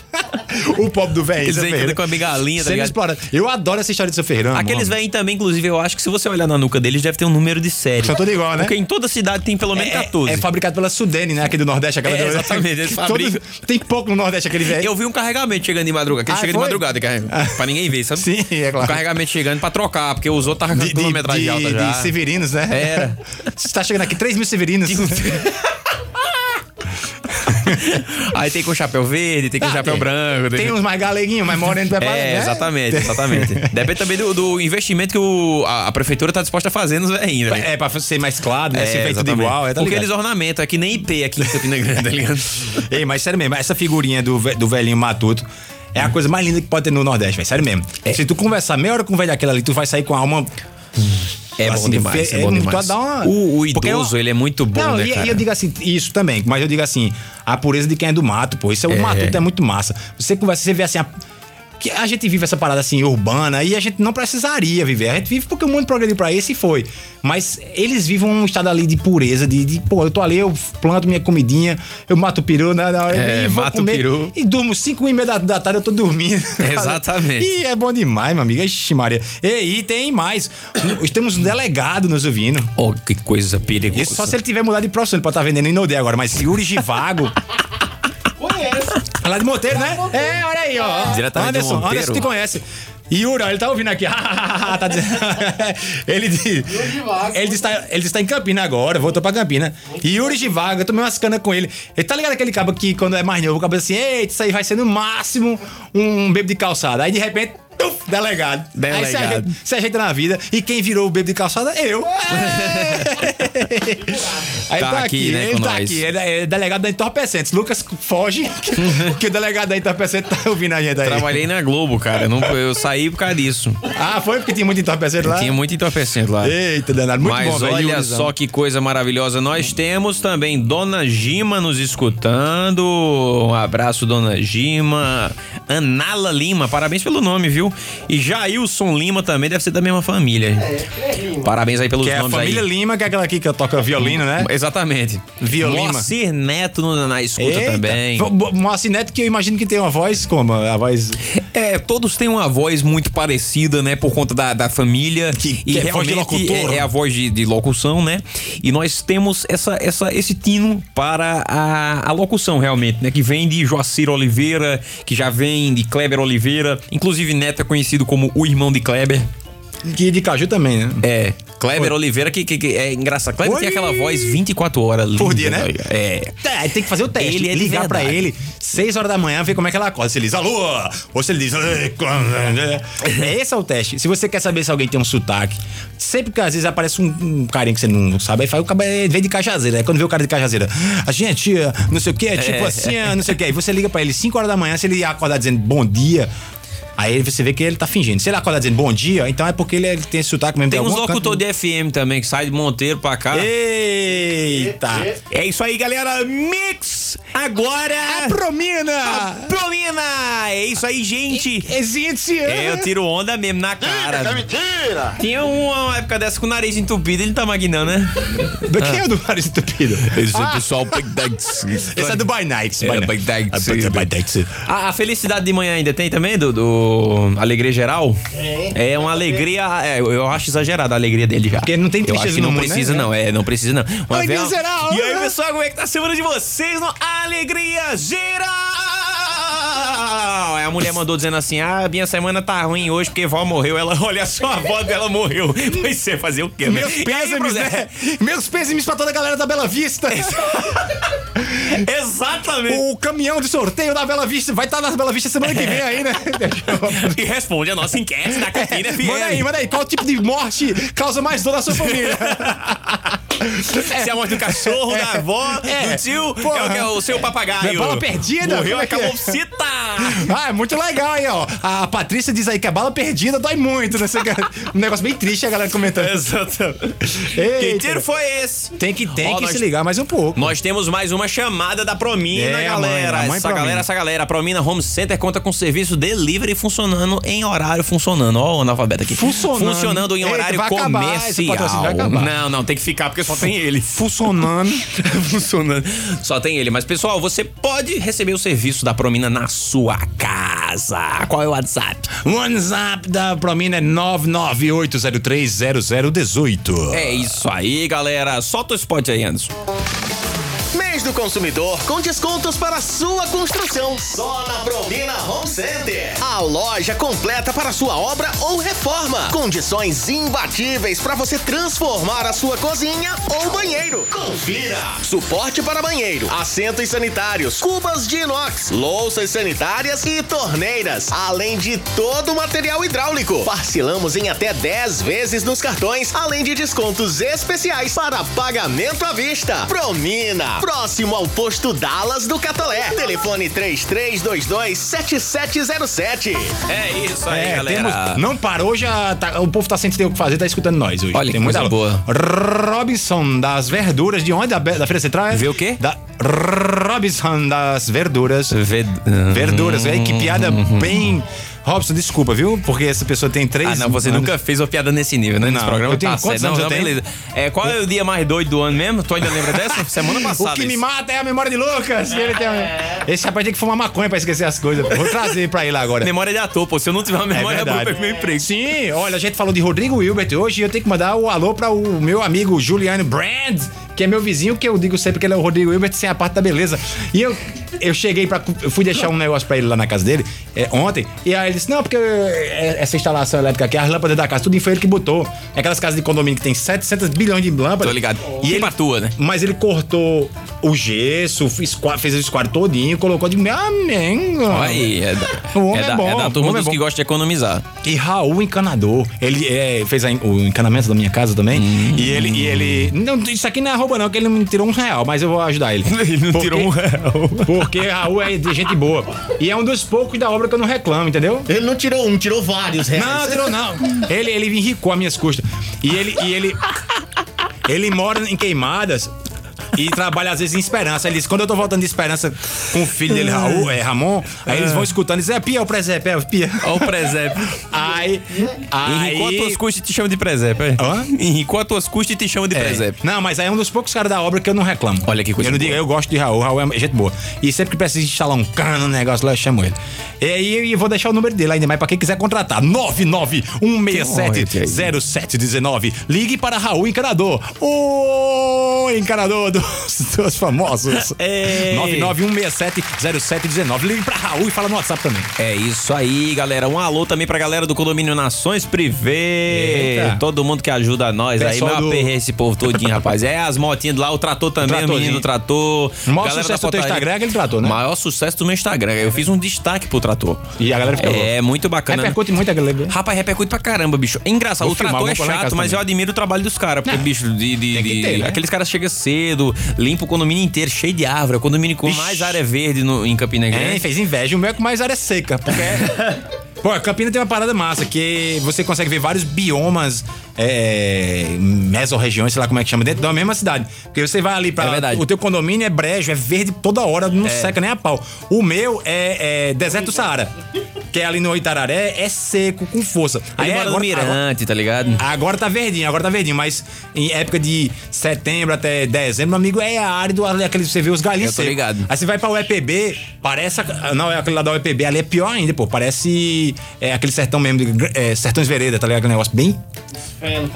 Speaker 3: O pobre do velhinho.
Speaker 2: Eles
Speaker 3: Seu
Speaker 2: vêm
Speaker 3: Ferreira.
Speaker 2: com a bengalinha, tá
Speaker 3: Sendo
Speaker 2: ligado?
Speaker 3: explorado. Eu adoro essa história do seu Ferreira. eu amo,
Speaker 2: Aqueles
Speaker 3: amo.
Speaker 2: velhinhos também, inclusive, eu acho que se você olhar na nuca deles, deve ter um número de série.
Speaker 3: São tudo igual, né?
Speaker 2: Porque em toda cidade tem pelo menos
Speaker 3: É-
Speaker 2: 14.
Speaker 3: É, fabricado pela Sudene, né? Aqui do Nordeste, aquela
Speaker 2: É,
Speaker 3: do-
Speaker 2: exatamente, eles
Speaker 3: que
Speaker 2: fabricam.
Speaker 3: todos- Tem pouco no Nordeste aquele velho.
Speaker 2: Eu vi um carregamento chegando de madrugada. Que ele
Speaker 3: É Ah,
Speaker 2: chega de
Speaker 3: foi?
Speaker 2: madrugada, que é- pra ninguém ver, sabe?
Speaker 3: Sim, é claro.
Speaker 2: Um carregamento chegando pra trocar, porque os outros estavam com
Speaker 3: De, de,
Speaker 2: quilometragem
Speaker 3: de-
Speaker 2: alta já.
Speaker 3: de Severinos, né?
Speaker 2: Era. um
Speaker 3: Você tá chegando aqui 3 mil Severinos.
Speaker 2: Aí tem com chapéu verde, tem com
Speaker 3: Ah,
Speaker 2: um chapéu
Speaker 3: tem.
Speaker 2: branco.
Speaker 3: Tem um uns mais galeguinhos, mais moreno pra
Speaker 2: É, exatamente, exatamente. Depende também do, do investimento que o- a, a prefeitura tá disposta a fazer nos velhinhos. né?
Speaker 3: É, pra ser mais claro, né? Se feito tudo
Speaker 2: exatamente.
Speaker 3: igual, é, tá
Speaker 2: Porque
Speaker 3: ligado?
Speaker 2: eles ornamentam, é que nem IP aqui em Campina Grande, tá ligado?
Speaker 3: Ei, mas sério mesmo, essa figurinha do, ve- do velhinho matuto é a coisa mais linda que pode ter no Nordeste, velho. Sério mesmo. Se tu conversar meia hora com o velho daquele ali, tu vai sair com a alma.
Speaker 2: É
Speaker 3: Assim, fe- é, tu dá uma-
Speaker 2: O, o
Speaker 3: Porque
Speaker 2: idoso,
Speaker 3: eu-
Speaker 2: ele é muito bom,
Speaker 3: Não,
Speaker 2: né,
Speaker 3: e,
Speaker 2: cara?
Speaker 3: e eu digo assim, isso também, mas então é eu digo assim, a pureza de quem é do mato, pô. Isso é, o matuto é muito massa. Você conversa, você vê assim. a- que a gente vive essa parada assim urbana e a gente não precisaria viver. A gente vive porque o mundo progrediu pra esse e foi. Mas eles vivem um estado ali de pureza, de, de, pô, eu tô ali, eu planto minha comidinha, eu mato o peru né, na na hora
Speaker 2: É,
Speaker 3: e vou
Speaker 2: mata o
Speaker 3: comer.
Speaker 2: peru.
Speaker 3: E durmo 5 e meia da, da tarde, eu tô dormindo.
Speaker 2: Exatamente.
Speaker 3: e é bom demais, meu amigo. Ixi, Maria. E aí tem mais. Nós Temos um delegado nos ouvindo.
Speaker 2: Oh, que coisa perigosa.
Speaker 3: Isso só se ele tiver mudado de profissão, ele pode estar vendendo Inodé agora, mas Yuri Givago. É lá de Monteiro, né? É, olha aí, ó.
Speaker 2: Diretamente de
Speaker 3: Anderson,
Speaker 2: Monteiro.
Speaker 3: Anderson te conhece. Yuri, ó, ele tá ouvindo aqui. tá dizendo. ele diz. Ele está, ele está em Campina agora, voltou pra Campina. Yuri Givago, eu tomei umas canas com ele. Ele tá ligado aquele cabo que quando é mais novo, o cabo assim, eita, isso aí vai ser no máximo um bebo de calçada. Aí de repente. tuf, Delegado. Aí se
Speaker 2: Delegado.
Speaker 3: ajeita, se ajeita na vida. E quem virou o bebo de calçada? Eu. Aí
Speaker 2: Tá
Speaker 3: tá,
Speaker 2: aqui,
Speaker 3: aqui,
Speaker 2: né,
Speaker 3: ele
Speaker 2: com
Speaker 3: tá
Speaker 2: nós.
Speaker 3: aqui, ele é delegado da Entorpecentes. Lucas foge, que o delegado da Entorpecentes tá ouvindo a gente aí.
Speaker 2: Trabalhei na Globo, cara. Eu Não, eu saí por causa disso.
Speaker 3: Ah, foi porque tinha muito entorpecente lá?
Speaker 2: Tinha muito entorpecente lá.
Speaker 3: Eita, danado, muito
Speaker 2: Mas
Speaker 3: bom, velho,
Speaker 2: olha
Speaker 3: Yurizão.
Speaker 2: só que coisa maravilhosa. Nós temos também Dona Gima nos escutando. Um abraço, Dona Gima. Anala Lima, parabéns pelo nome, viu? E Jailson Lima também, deve ser da mesma família. Parabéns aí pelos
Speaker 3: Que é a
Speaker 2: nomes aí.
Speaker 3: família Lima, que é aquela aqui que toca violino, né?
Speaker 2: Exatamente.
Speaker 3: Violima.
Speaker 2: Moacir Neto no- na escuta
Speaker 3: Eita.
Speaker 2: também.
Speaker 3: Bo- bo- Moacir Neto, que eu imagino que tem uma voz como? A voz...
Speaker 2: É, todos têm uma voz muito parecida, né? Por conta da, da família.
Speaker 3: Que- que é voz de
Speaker 2: realmente
Speaker 3: locutor.
Speaker 2: É, é a voz de, de locução, né? E nós temos essa, essa, esse tino para a, a locução, realmente, né? Que vem de Joacir Oliveira, que já vem de Kleber Oliveira. Inclusive, Neto é conhecido como o irmão de Kleber.
Speaker 3: Que de Caju também, né?
Speaker 2: É. Kleber Oliveira, que, que- que é engraçado. Kleber
Speaker 3: Oi.
Speaker 2: tem aquela voz 24 horas.
Speaker 3: Por
Speaker 2: linda,
Speaker 3: dia, né?
Speaker 2: É.
Speaker 3: É, tem que fazer o teste.
Speaker 2: Ele é de
Speaker 3: ligar pra
Speaker 2: verdade.
Speaker 3: ele 6 horas da manhã, ver como é que ela acorda. Se ele diz alô, ou se ele diz. Esse é o teste. Se você quer saber se alguém tem um sotaque, sempre que às vezes aparece um, um carinha que você não sabe, aí faz o cara ele vem de cajazeira. Aí quando vê o cara de cajazeira, a gente, não sei o que, é tipo assim, não sei o que. Aí você liga pra ele 5 horas da manhã, se ele acordar dizendo bom dia. Aí você vê que ele tá fingindo. Se ele acordar dizendo bom dia, então é porque ele, ele tem esse sotaque mesmo. de
Speaker 2: Tem uns
Speaker 3: algum canto.
Speaker 2: locutores de FM também, que sai de Monteiro pra
Speaker 3: Ah.
Speaker 2: cá.
Speaker 3: Eita!
Speaker 2: É isso aí, galera. Mix agora.
Speaker 3: A promina!
Speaker 2: Promina! É isso aí, gente.
Speaker 3: Existe!
Speaker 2: É, eu tiro onda mesmo na cara. mentira! Tinha uma época dessa com o nariz entupido, ele não tá magnando, né?
Speaker 3: Do que é do nariz entupido?
Speaker 2: Esse pessoal.
Speaker 3: Esse é do By Nights.
Speaker 2: É, By Nights. A, a felicidade de manhã ainda tem também, do, do Alegria Geral? É. É uma alegria. é, eu acho exagerada a alegria dele já.
Speaker 3: Porque não tem
Speaker 2: Eu acho
Speaker 3: tristeza
Speaker 2: que
Speaker 3: no
Speaker 2: não
Speaker 3: mundo,
Speaker 2: precisa,
Speaker 3: né?
Speaker 2: não. É, não precisa, não. Uma
Speaker 3: Alegria
Speaker 2: vez-
Speaker 3: Geral,
Speaker 2: E aí,
Speaker 3: né?
Speaker 2: pessoal, como é que tá a semana de vocês no Alegria Geral? Aí a mulher mandou dizendo assim: Ah, minha semana tá ruim hoje porque vó morreu. Ela, olha só, a vó dela morreu. Mas você fazer o quê, né?
Speaker 3: Meus
Speaker 2: E aí,
Speaker 3: pêsames,
Speaker 2: Bruno,
Speaker 3: né? Meus pêsames pra toda a galera da Bela Vista.
Speaker 2: É Exatamente.
Speaker 3: o caminhão de sorteio da Bela Vista vai estar na Bela Vista semana que vem aí, né?
Speaker 2: E responde a nossa enquete da Campina FM.
Speaker 3: manda aí, manda aí. Qual tipo de morte causa mais dor na sua família?
Speaker 2: Se é a morte do cachorro, da avó,
Speaker 3: É.
Speaker 2: do tio,
Speaker 3: Porra.
Speaker 2: é o, que é o seu papagaio.
Speaker 3: É bala perdida?
Speaker 2: Morreu,
Speaker 3: Como é que é?
Speaker 2: acabou cita.
Speaker 3: Ah, é muito legal, hein, ó. A Patrícia diz aí que a bala perdida dói muito, né? Você- Um negócio bem triste a galera comentando.
Speaker 2: Exatamente. Que
Speaker 3: Eita.
Speaker 2: tiro foi esse?
Speaker 3: Tem que, tem
Speaker 2: Ó,
Speaker 3: que
Speaker 2: nós-
Speaker 3: se ligar mais um pouco.
Speaker 2: Nós temos mais uma chamada da Promina,
Speaker 3: É, a mãe,
Speaker 2: galera.
Speaker 3: a mãe
Speaker 2: essa
Speaker 3: Promina.
Speaker 2: galera, essa galera. A Promina Home Center conta com serviço delivery funcionando em horário funcionando. Ó, o analfabeto aqui.
Speaker 3: Funcionando.
Speaker 2: Funcionando em
Speaker 3: Eita,
Speaker 2: horário
Speaker 3: vai acabar, esse patrocínio
Speaker 2: comercial.
Speaker 3: vai acabar.
Speaker 2: não, não, tem que ficar porque só tem ele.
Speaker 3: Funcionando.
Speaker 2: funcionando. Só tem ele. Mas, pessoal, você pode receber o serviço da Promina na sua casa. Qual é o WhatsApp?
Speaker 3: WhatsApp da Promina é 998030018.
Speaker 2: É isso aí, galera. Solta o spot aí, Anderson.
Speaker 4: Mês do consumidor com descontos para sua construção. Só na Promina Home Center. A loja completa para sua obra ou reforma. Condições imbatíveis para você transformar a sua cozinha ou banheiro. Confira! Suporte para banheiro, assentos sanitários, cubas de inox, louças sanitárias e torneiras. Além de todo o material hidráulico. Parcelamos em até 10 vezes nos cartões, além de descontos especiais para pagamento à vista. Promina, próximo ao posto Dallas do Catolé. Telefone 3322-7707.
Speaker 2: É isso aí,
Speaker 3: É,
Speaker 2: galera.
Speaker 3: temos- não parou, já tá- o povo tá sem ter o que fazer, tá escutando nós hoje.
Speaker 2: Olha,
Speaker 3: Tem
Speaker 2: que
Speaker 3: muita
Speaker 2: coisa boa.
Speaker 3: Robinson das verduras, de onde? Da, Be- da Feira Central? é?
Speaker 2: Vê o quê?
Speaker 3: Da Robinson das verduras.
Speaker 2: Ved- Uhum.
Speaker 3: Verduras, é que piada bem Robson, desculpa, viu? Porque essa pessoa tem três.
Speaker 2: Ah, não, você
Speaker 3: anos.
Speaker 2: nunca fez uma piada nesse nível, né? Nesse
Speaker 3: Não,
Speaker 2: programa
Speaker 3: eu tenho
Speaker 2: tá
Speaker 3: quantos
Speaker 2: certo. Não,
Speaker 3: anos eu
Speaker 2: não,
Speaker 3: tenho?
Speaker 2: beleza. É, qual é o dia mais doido do ano mesmo? Tu ainda lembra dessa? Semana passada.
Speaker 3: O que me
Speaker 2: isso.
Speaker 3: mata é a memória de Lucas. Ele tem- um- Esse rapaz tem que fumar maconha pra esquecer as coisas. Vou trazer pra ele agora.
Speaker 2: Memória de ator, pô. Se eu não tiver uma
Speaker 3: É
Speaker 2: memória, boa, eu perco meu emprego.
Speaker 3: Sim, olha, a gente falou de Rodrigo Hilbert hoje e eu tenho que mandar o alô para o meu amigo Juliano Brand, que é meu vizinho, que eu digo sempre que ele é o Rodrigo Hilbert sem a parte da beleza. E eu, eu cheguei para Eu fui deixar um negócio para ele lá na casa dele é, ontem, e aí ele disse: Não, porque é, essa instalação elétrica aqui, as lâmpadas da casa, tudo foi ele que botou. É aquelas casas de condomínio que tem 700 bilhões de lâmpadas.
Speaker 2: Tô ligado.
Speaker 3: E
Speaker 2: E
Speaker 3: ele
Speaker 2: ele tua, né?
Speaker 3: mas ele cortou o gesso, fez, qua- fez esse quadro todinho, colocou de. Amém!
Speaker 2: Aí, é da,
Speaker 3: O homem é
Speaker 2: da,
Speaker 3: bom,
Speaker 2: da
Speaker 3: o
Speaker 2: turma
Speaker 3: homem é
Speaker 2: dos
Speaker 3: bom.
Speaker 2: que gosta de economizar.
Speaker 3: E Raul Encanador. Ele é, fez a en- o encanamento da minha casa também. E ele. E ele não, isso aqui não é rouba, não, que ele não me tirou um real, mas eu vou ajudar ele.
Speaker 2: Ele não tirou um real.
Speaker 3: Porque Raul é de gente boa. E é um dos poucos da obra que eu não reclamo, entendeu?
Speaker 5: Ele não tirou um, tirou vários reais.
Speaker 3: Não, tirou não. Ele, ele me enricou às minhas custas. E ele, e ele. Ele mora em Queimadas. E trabalha às vezes em Esperança. Ele disse: quando eu tô voltando de Esperança com o filho dele, Raul, é, Ramon, aí eles vão escutando e dizem: é pia, o presépio, é pia.
Speaker 2: Olha o presépio.
Speaker 3: Aí. aí
Speaker 2: Enquanto as custas te chama de presépio, é?
Speaker 3: Hã?
Speaker 2: Enquanto as custas te chama de
Speaker 3: É.
Speaker 2: presépio.
Speaker 3: Não, mas aí é um dos poucos caras da obra que eu não reclamo.
Speaker 2: Olha que coisa
Speaker 3: Eu não
Speaker 2: boa.
Speaker 3: digo, eu gosto de Raul, Raul é gente boa. E sempre que precisa instalar um cano, um negócio lá, eu chamo ele. E aí eu vou deixar o número dele ainda mais pra quem quiser contratar. 991670719. Ligue para Raul Encanador. O encanador dos, dos famosos.
Speaker 2: Ei.
Speaker 3: 991670719. Ligue pra Raul e fala no WhatsApp também.
Speaker 2: É isso aí, galera. Um alô também pra galera do condomínio Nações Privé.
Speaker 3: Eita.
Speaker 2: Todo mundo que ajuda nós
Speaker 3: Pessoal
Speaker 2: aí. Meu
Speaker 3: do-
Speaker 2: aperreio esse povo todinho, rapaz. É, as motinhas de lá, o trator também, o
Speaker 3: tratorzinho.
Speaker 2: menino do trator.
Speaker 3: O maior
Speaker 2: Galera
Speaker 3: sucesso do teu
Speaker 2: portaria.
Speaker 3: Instagram é aquele trator, né?
Speaker 2: Maior sucesso do meu Instagram. Eu fiz um destaque pro trator.
Speaker 3: E a galera fica louca.
Speaker 2: É, muito bacana.
Speaker 3: Repercute muito né? a galera.
Speaker 2: Rapaz, repercute pra caramba, bicho. É engraçado.
Speaker 3: Vou
Speaker 2: o
Speaker 3: filmar,
Speaker 2: trator
Speaker 3: vou
Speaker 2: é
Speaker 3: colar em
Speaker 2: chato,
Speaker 3: casa
Speaker 2: mas
Speaker 3: também.
Speaker 2: eu admiro o trabalho dos caras. Porque, bicho, de. de-
Speaker 3: É. Tem que
Speaker 2: de-
Speaker 3: ter, né?
Speaker 2: Aqueles caras chegam cedo, limpa o condomínio inteiro, cheio de árvore. é O condomínio com
Speaker 3: Vixe.
Speaker 2: mais área verde no, em Campina Grande.
Speaker 3: É, fez inveja. O meu é com mais área seca, porque... é- Pô, a Campina tem uma parada massa, que você consegue ver vários biomas, é, mesorregiões, sei lá como é que chama, dentro da mesma cidade. Porque você vai ali pra...
Speaker 2: É verdade. É.
Speaker 3: O teu condomínio é brejo, é verde toda hora, não seca nem a pau. O meu é, é deserto do Saara, que é ali no Itararé, é seco, com força. é
Speaker 2: Ele mora no
Speaker 3: agora-
Speaker 2: Mirante, tá ligado?
Speaker 3: Agora tá verdinho, agora tá verdinho, mas em época de setembro até dezembro, meu amigo, é árido, ali, aquele você vê os galinhos.
Speaker 2: Eu tô
Speaker 3: secos.
Speaker 2: ligado.
Speaker 3: Aí você vai pra UEPB, parece. a- Não, é aquele lá da UEPB, ali é pior ainda, pô. Parece é, aquele sertão mesmo, de gr- é, sertões vereda, tá ligado? Aquele negócio bem.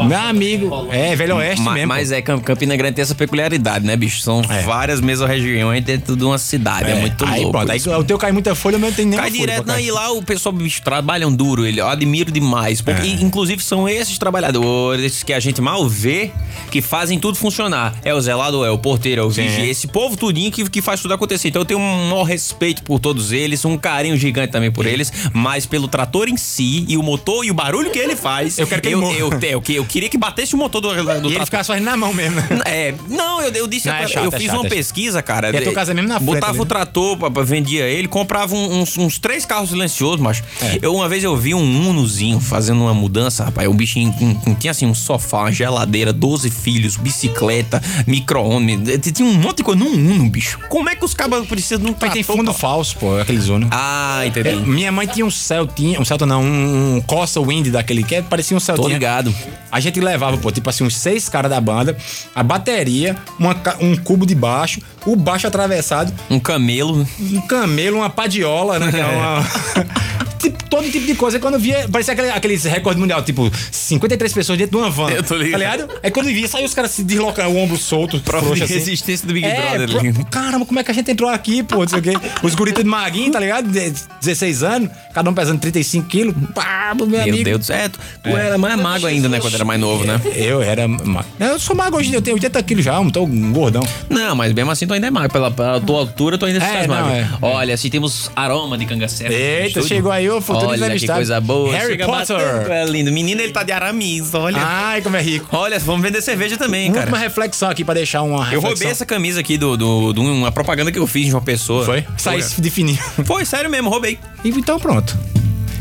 Speaker 3: Meu amigo, é velho oeste
Speaker 2: Ma-
Speaker 3: mesmo. pô.
Speaker 2: Mas é, Camp- Campina Grande tem essa peculiaridade, né, bicho? São
Speaker 3: É.
Speaker 2: várias mesorregiões dentro de uma cidade. É, muito
Speaker 3: aí,
Speaker 2: louco.
Speaker 3: Pronto, aí
Speaker 2: isso.
Speaker 3: o teu cai muita folha, mas não tem nem
Speaker 2: Cai direto, não, e lá o pessoal, bicho, trabalham duro, ele, eu admiro demais.
Speaker 3: É.
Speaker 2: Porque, e, inclusive, são esses trabalhadores que a gente mal vê que fazem tudo funcionar. É o zelado, é o porteiro, é o vigia, esse povo tudinho que, que faz tudo acontecer. Então eu tenho um maior respeito por todos eles, um carinho gigante também por eles, mas pelo trator em si e o motor e o barulho que ele faz.
Speaker 3: Eu quero que ele
Speaker 2: eu,
Speaker 3: morra.
Speaker 2: eu, eu, eu queria que batesse o motor do, do
Speaker 3: E ele
Speaker 2: trator.
Speaker 3: ficar só na mão mesmo, né?
Speaker 2: É, não, eu, eu disse,
Speaker 3: Não, é
Speaker 2: agora,
Speaker 3: chato,
Speaker 2: eu
Speaker 3: é
Speaker 2: fiz
Speaker 3: chato,
Speaker 2: uma
Speaker 3: é chato.
Speaker 2: pesquisa, cara.
Speaker 3: E a tua
Speaker 2: de-
Speaker 3: casa é mesmo na frente
Speaker 2: Botava
Speaker 3: ali,
Speaker 2: o
Speaker 3: né?
Speaker 2: trator, pá, vendia ele, comprava um- uns, uns três carros silenciosos, mas
Speaker 3: É.
Speaker 2: eu uma vez eu vi um Unozinho fazendo uma mudança, rapaz, um bichinho com- com- tinha assim um sofá, uma geladeira, 12 filhos, bicicleta, micro-ondas, t- tinha um monte de coisa num Uno, bicho. Como é que os cabos precisam de um
Speaker 3: Mas
Speaker 2: trator?
Speaker 3: tem Tá, fundo
Speaker 2: pá?
Speaker 3: falso, pô, aquele zona.
Speaker 2: Ah,
Speaker 3: É,
Speaker 2: entendi.
Speaker 3: minha mãe tinha um Celtinha, um Celta não, um, um Costa Wind daquele que é- parecia um Celtinha.
Speaker 2: ligado.
Speaker 3: A gente levava, pô, tipo assim, uns seis caras da banda, a bateria, uma ca- um cubo de baixo, o baixo atravessado,
Speaker 2: Um camelo.
Speaker 3: um camelo, uma padiola, né? que é uma-
Speaker 2: É.
Speaker 3: tipo, todo tipo de coisa. E Quando eu via, parecia aquele, aqueles recordes mundial, tipo, 53 pessoas dentro de uma van.
Speaker 2: Eu tô ligado.
Speaker 3: Tá ligado? Aí quando eu via, saiu os caras se deslocar, o ombro solto,
Speaker 2: Prova de
Speaker 3: frouxo assim.
Speaker 2: resistência do Big
Speaker 3: É,
Speaker 2: Brother. né?
Speaker 3: pro-
Speaker 2: ali.
Speaker 3: Caramba, como é que a gente entrou aqui, pô? Não sei o quê. Os guritas de Maguinho, tá ligado? De- 16 anos, cada um pesando 35 quilos. Pá, meu,
Speaker 2: Meu
Speaker 3: amigo.
Speaker 2: Deus do céu. É, Tu, tu
Speaker 3: É.
Speaker 2: era mais magro ainda, né? Quando era mais novo, né?
Speaker 3: Eu era. ma- Eu sou magro hoje, em dia, eu tenho 80 quilos já, eu não tô gordão.
Speaker 2: Não, mas mesmo assim tu ainda é magro. Pela, pela tua altura, tu ainda se
Speaker 3: É,
Speaker 2: faz
Speaker 3: não,
Speaker 2: magro.
Speaker 3: é.
Speaker 2: Olha, assim temos aroma de cangaceiro. aqui no
Speaker 3: Eita,
Speaker 2: estúdio.
Speaker 3: chegou aí o futuro
Speaker 2: Olha que
Speaker 3: entrevistado.
Speaker 2: coisa boa.
Speaker 3: Harry
Speaker 2: Chega
Speaker 3: Potter.
Speaker 2: batendo, É lindo. Menino, ele tá de aramis, olha.
Speaker 3: Ai, como é rico.
Speaker 2: Olha, vamos vender cerveja também,
Speaker 3: Uma
Speaker 2: cara.
Speaker 3: reflexão aqui pra deixar uma.
Speaker 2: Eu
Speaker 3: Reflexão.
Speaker 2: roubei essa camisa aqui de do, do, de uma propaganda que eu fiz de uma pessoa.
Speaker 3: Foi? Sai de fininho.
Speaker 2: Foi, sério mesmo, roubei.
Speaker 3: Então pronto.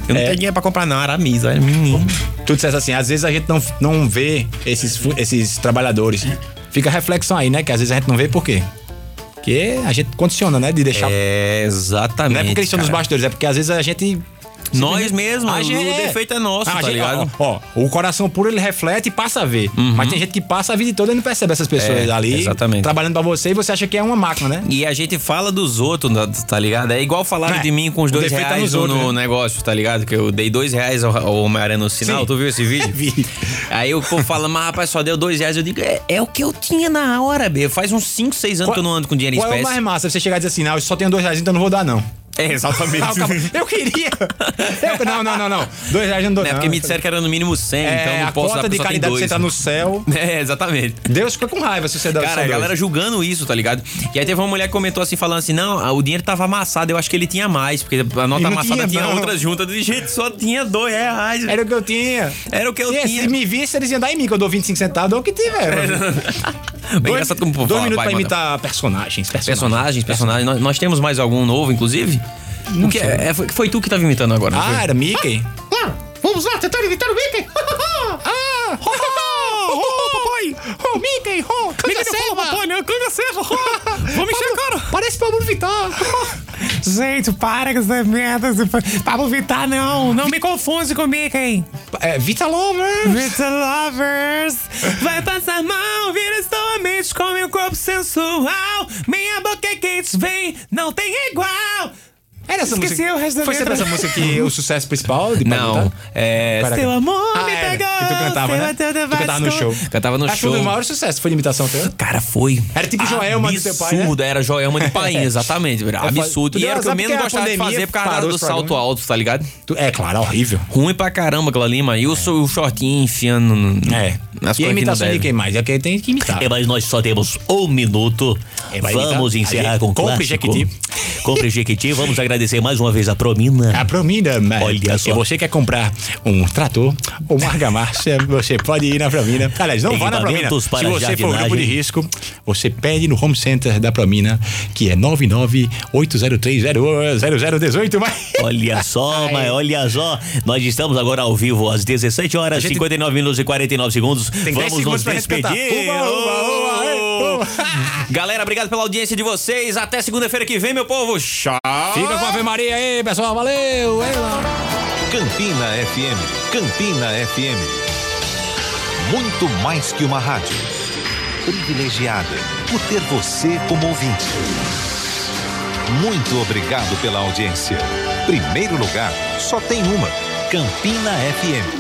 Speaker 2: Eu não
Speaker 3: É.
Speaker 2: tenho dinheiro pra comprar, não. Aramis, olha, menino.
Speaker 3: Tu disseste assim, às vezes a gente não, não vê esses, fu- esses trabalhadores. Fica a reflexão aí, né? Que às vezes a gente não vê por quê. Porque a gente condiciona, né? De deixar
Speaker 2: É, exatamente.
Speaker 3: Não é porque eles estão nos
Speaker 2: cara.
Speaker 3: bastidores, é porque às vezes a gente
Speaker 2: Nós mesmos,
Speaker 3: A gente-
Speaker 2: o defeito é nosso,
Speaker 3: Ah, a
Speaker 2: tá
Speaker 3: gente-
Speaker 2: ligado? Uhum.
Speaker 3: Ó, ó, o coração puro ele reflete e passa a ver. Mas tem gente que passa a vida toda e não percebe essas pessoas
Speaker 2: É,
Speaker 3: ali
Speaker 2: exatamente.
Speaker 3: trabalhando pra você e você acha que é uma máquina, né?
Speaker 2: E a gente fala dos outros, tá- tá ligado? É igual falaram
Speaker 3: É,
Speaker 2: de mim com os
Speaker 3: o
Speaker 2: dois
Speaker 3: defeito tá
Speaker 2: reais
Speaker 3: nos
Speaker 2: no,
Speaker 3: outros,
Speaker 2: no negócio, tá ligado? Que eu dei dois reais ao, ao Homem-Aranha no sinal.
Speaker 3: Sim.
Speaker 2: Tu viu esse vídeo?
Speaker 3: Vi.
Speaker 2: Aí o povo fala, mas rapaz, só deu dois reais. Eu digo, é, é o que eu tinha na hora, B. Faz uns 5, 6 anos que eu não ando com dinheiro em
Speaker 3: Qual é o
Speaker 2: espécie.
Speaker 3: mais massa? Você chegar e dizer assim, não, eu só tenho dois reais, então eu não vou dar, não.
Speaker 2: É, exatamente.
Speaker 3: Ah, o cara, eu queria. Eu- não, não, não, não. Dois reais eu não dou,
Speaker 2: É
Speaker 3: não.
Speaker 2: porque me disseram que era no mínimo 100,
Speaker 3: É,
Speaker 2: então
Speaker 3: a
Speaker 2: não posso dar
Speaker 3: cota
Speaker 2: porque
Speaker 3: de
Speaker 2: só tem
Speaker 3: caridade que
Speaker 2: dois.
Speaker 3: você tá no céu.
Speaker 2: É, exatamente.
Speaker 3: Deus fica com raiva se você dá
Speaker 2: Cara,
Speaker 3: só
Speaker 2: a
Speaker 3: dois.
Speaker 2: galera julgando isso, tá ligado? E aí teve uma mulher que comentou assim, falando assim: não, ah, o dinheiro tava amassado, eu acho que ele tinha mais, porque a nota
Speaker 3: não
Speaker 2: amassada
Speaker 3: tinha,
Speaker 2: tinha,
Speaker 3: não.
Speaker 2: outras juntas. De jeito, só tinha dois reais.
Speaker 3: Era o que eu tinha.
Speaker 2: Era É o que eu
Speaker 3: Se-
Speaker 2: tinha. É,
Speaker 3: Se me visse, eles iam dar em mim, que eu dou 25 centavos, eu dou o que tiver. mano.
Speaker 2: Bem
Speaker 3: Dois,
Speaker 2: engraçado como o povo
Speaker 3: dois
Speaker 2: fala,
Speaker 3: minutos
Speaker 2: vai, manda.
Speaker 3: pra imitar personagens.
Speaker 2: Personagens, personagens. Nós, nós temos mais algum novo, inclusive? o que é, é- foi, foi tu que tava imitando agora. não foi?
Speaker 3: Ah, era Mickey.
Speaker 5: Claro, vamos lá tentar imitar o Mickey.
Speaker 3: Ah! Ho, ho, ho, ho, oh, papai! Ho, Mickey, ho! Canja selva! Papai, não, canja selva! Vou mexer agora! Parece Pablo Vittar!
Speaker 9: Gente, para com essa merda. Pablo Vittar, não. Não me confunde com o Mickey.
Speaker 3: É, Vita Lover!
Speaker 9: It's a lovers. Vai passar mal, vira sua mente com meu corpo sensual. Minha boca é quente, vem, não tem igual.
Speaker 3: Era essa
Speaker 9: Esqueci
Speaker 3: música.
Speaker 9: o resto da
Speaker 3: Foi
Speaker 9: letra.
Speaker 3: sempre essa música que o sucesso principal de Pablo tá?
Speaker 2: Não,
Speaker 3: Vittar?
Speaker 2: é.
Speaker 3: Para-
Speaker 9: Seu amor
Speaker 3: Ah,
Speaker 9: me
Speaker 3: era,
Speaker 9: pegou.
Speaker 3: que tu cantava,
Speaker 9: seu
Speaker 3: né?
Speaker 9: ateu
Speaker 3: Tu cantava no
Speaker 9: devastou.
Speaker 3: show.
Speaker 2: Cantava um no
Speaker 3: Acho que foi
Speaker 2: show.
Speaker 3: o maior sucesso, foi de imitação tá? teu?
Speaker 2: Cara, foi.
Speaker 3: Era tipo Joelma do teu pai, né? É.
Speaker 2: Absurdo, era Joelma de pai, exatamente. Era
Speaker 3: Eu falo-
Speaker 2: absurdo.
Speaker 3: Tu
Speaker 2: E
Speaker 3: deu
Speaker 2: era o que eu
Speaker 3: azar
Speaker 2: menos
Speaker 3: porque é a
Speaker 2: gostava de
Speaker 3: pandemia
Speaker 2: fazer por causa
Speaker 3: parou
Speaker 2: do
Speaker 3: os
Speaker 2: salto
Speaker 3: programas.
Speaker 2: alto, tá ligado?
Speaker 3: Tu- É, claro, é horrível.
Speaker 2: Ruim pra caramba aquela ali, mano. E o, so- o shortinho enfiando no-
Speaker 3: É.
Speaker 2: nas coisas que
Speaker 3: e a
Speaker 2: não
Speaker 3: imitação de
Speaker 2: devem.
Speaker 3: quem mais? É que tem que imitar.
Speaker 8: É, mas nós só temos um minuto.
Speaker 3: É, vai
Speaker 8: Vamos
Speaker 3: imitar?
Speaker 8: encerrar
Speaker 3: Aí,
Speaker 8: com o
Speaker 3: compre
Speaker 8: clássico.
Speaker 3: Jequiti.
Speaker 8: Compre Jequiti. Vamos agradecer mais uma vez a Promina.
Speaker 3: A Promina, né? mas
Speaker 8: Olha só.
Speaker 3: se você quer comprar um trator ou uma argamassa, você pode ir na Promina. Aliás, não vá na Promina.
Speaker 8: Equipamentos
Speaker 3: Se
Speaker 8: para
Speaker 3: você for um
Speaker 8: jardinagem.
Speaker 3: grupo de risco, você pede no home center da Promina, que é 998030018. Mas...
Speaker 8: Olha só, mas olha só. Nós estamos agora ao vivo às 17 horas, 59 minutos e 49 segundos. Vamos nos despedir.
Speaker 2: Galera, obrigado pela audiência de vocês. Até segunda-feira que vem, meu povo. Tchau.
Speaker 3: Fica com a Ave Maria aí, pessoal. Valeu!
Speaker 10: Campina FM. Campina FM. Muito mais que uma rádio. Privilegiada por ter você como ouvinte. Muito obrigado pela audiência. Primeiro lugar, só tem uma. Campina FM.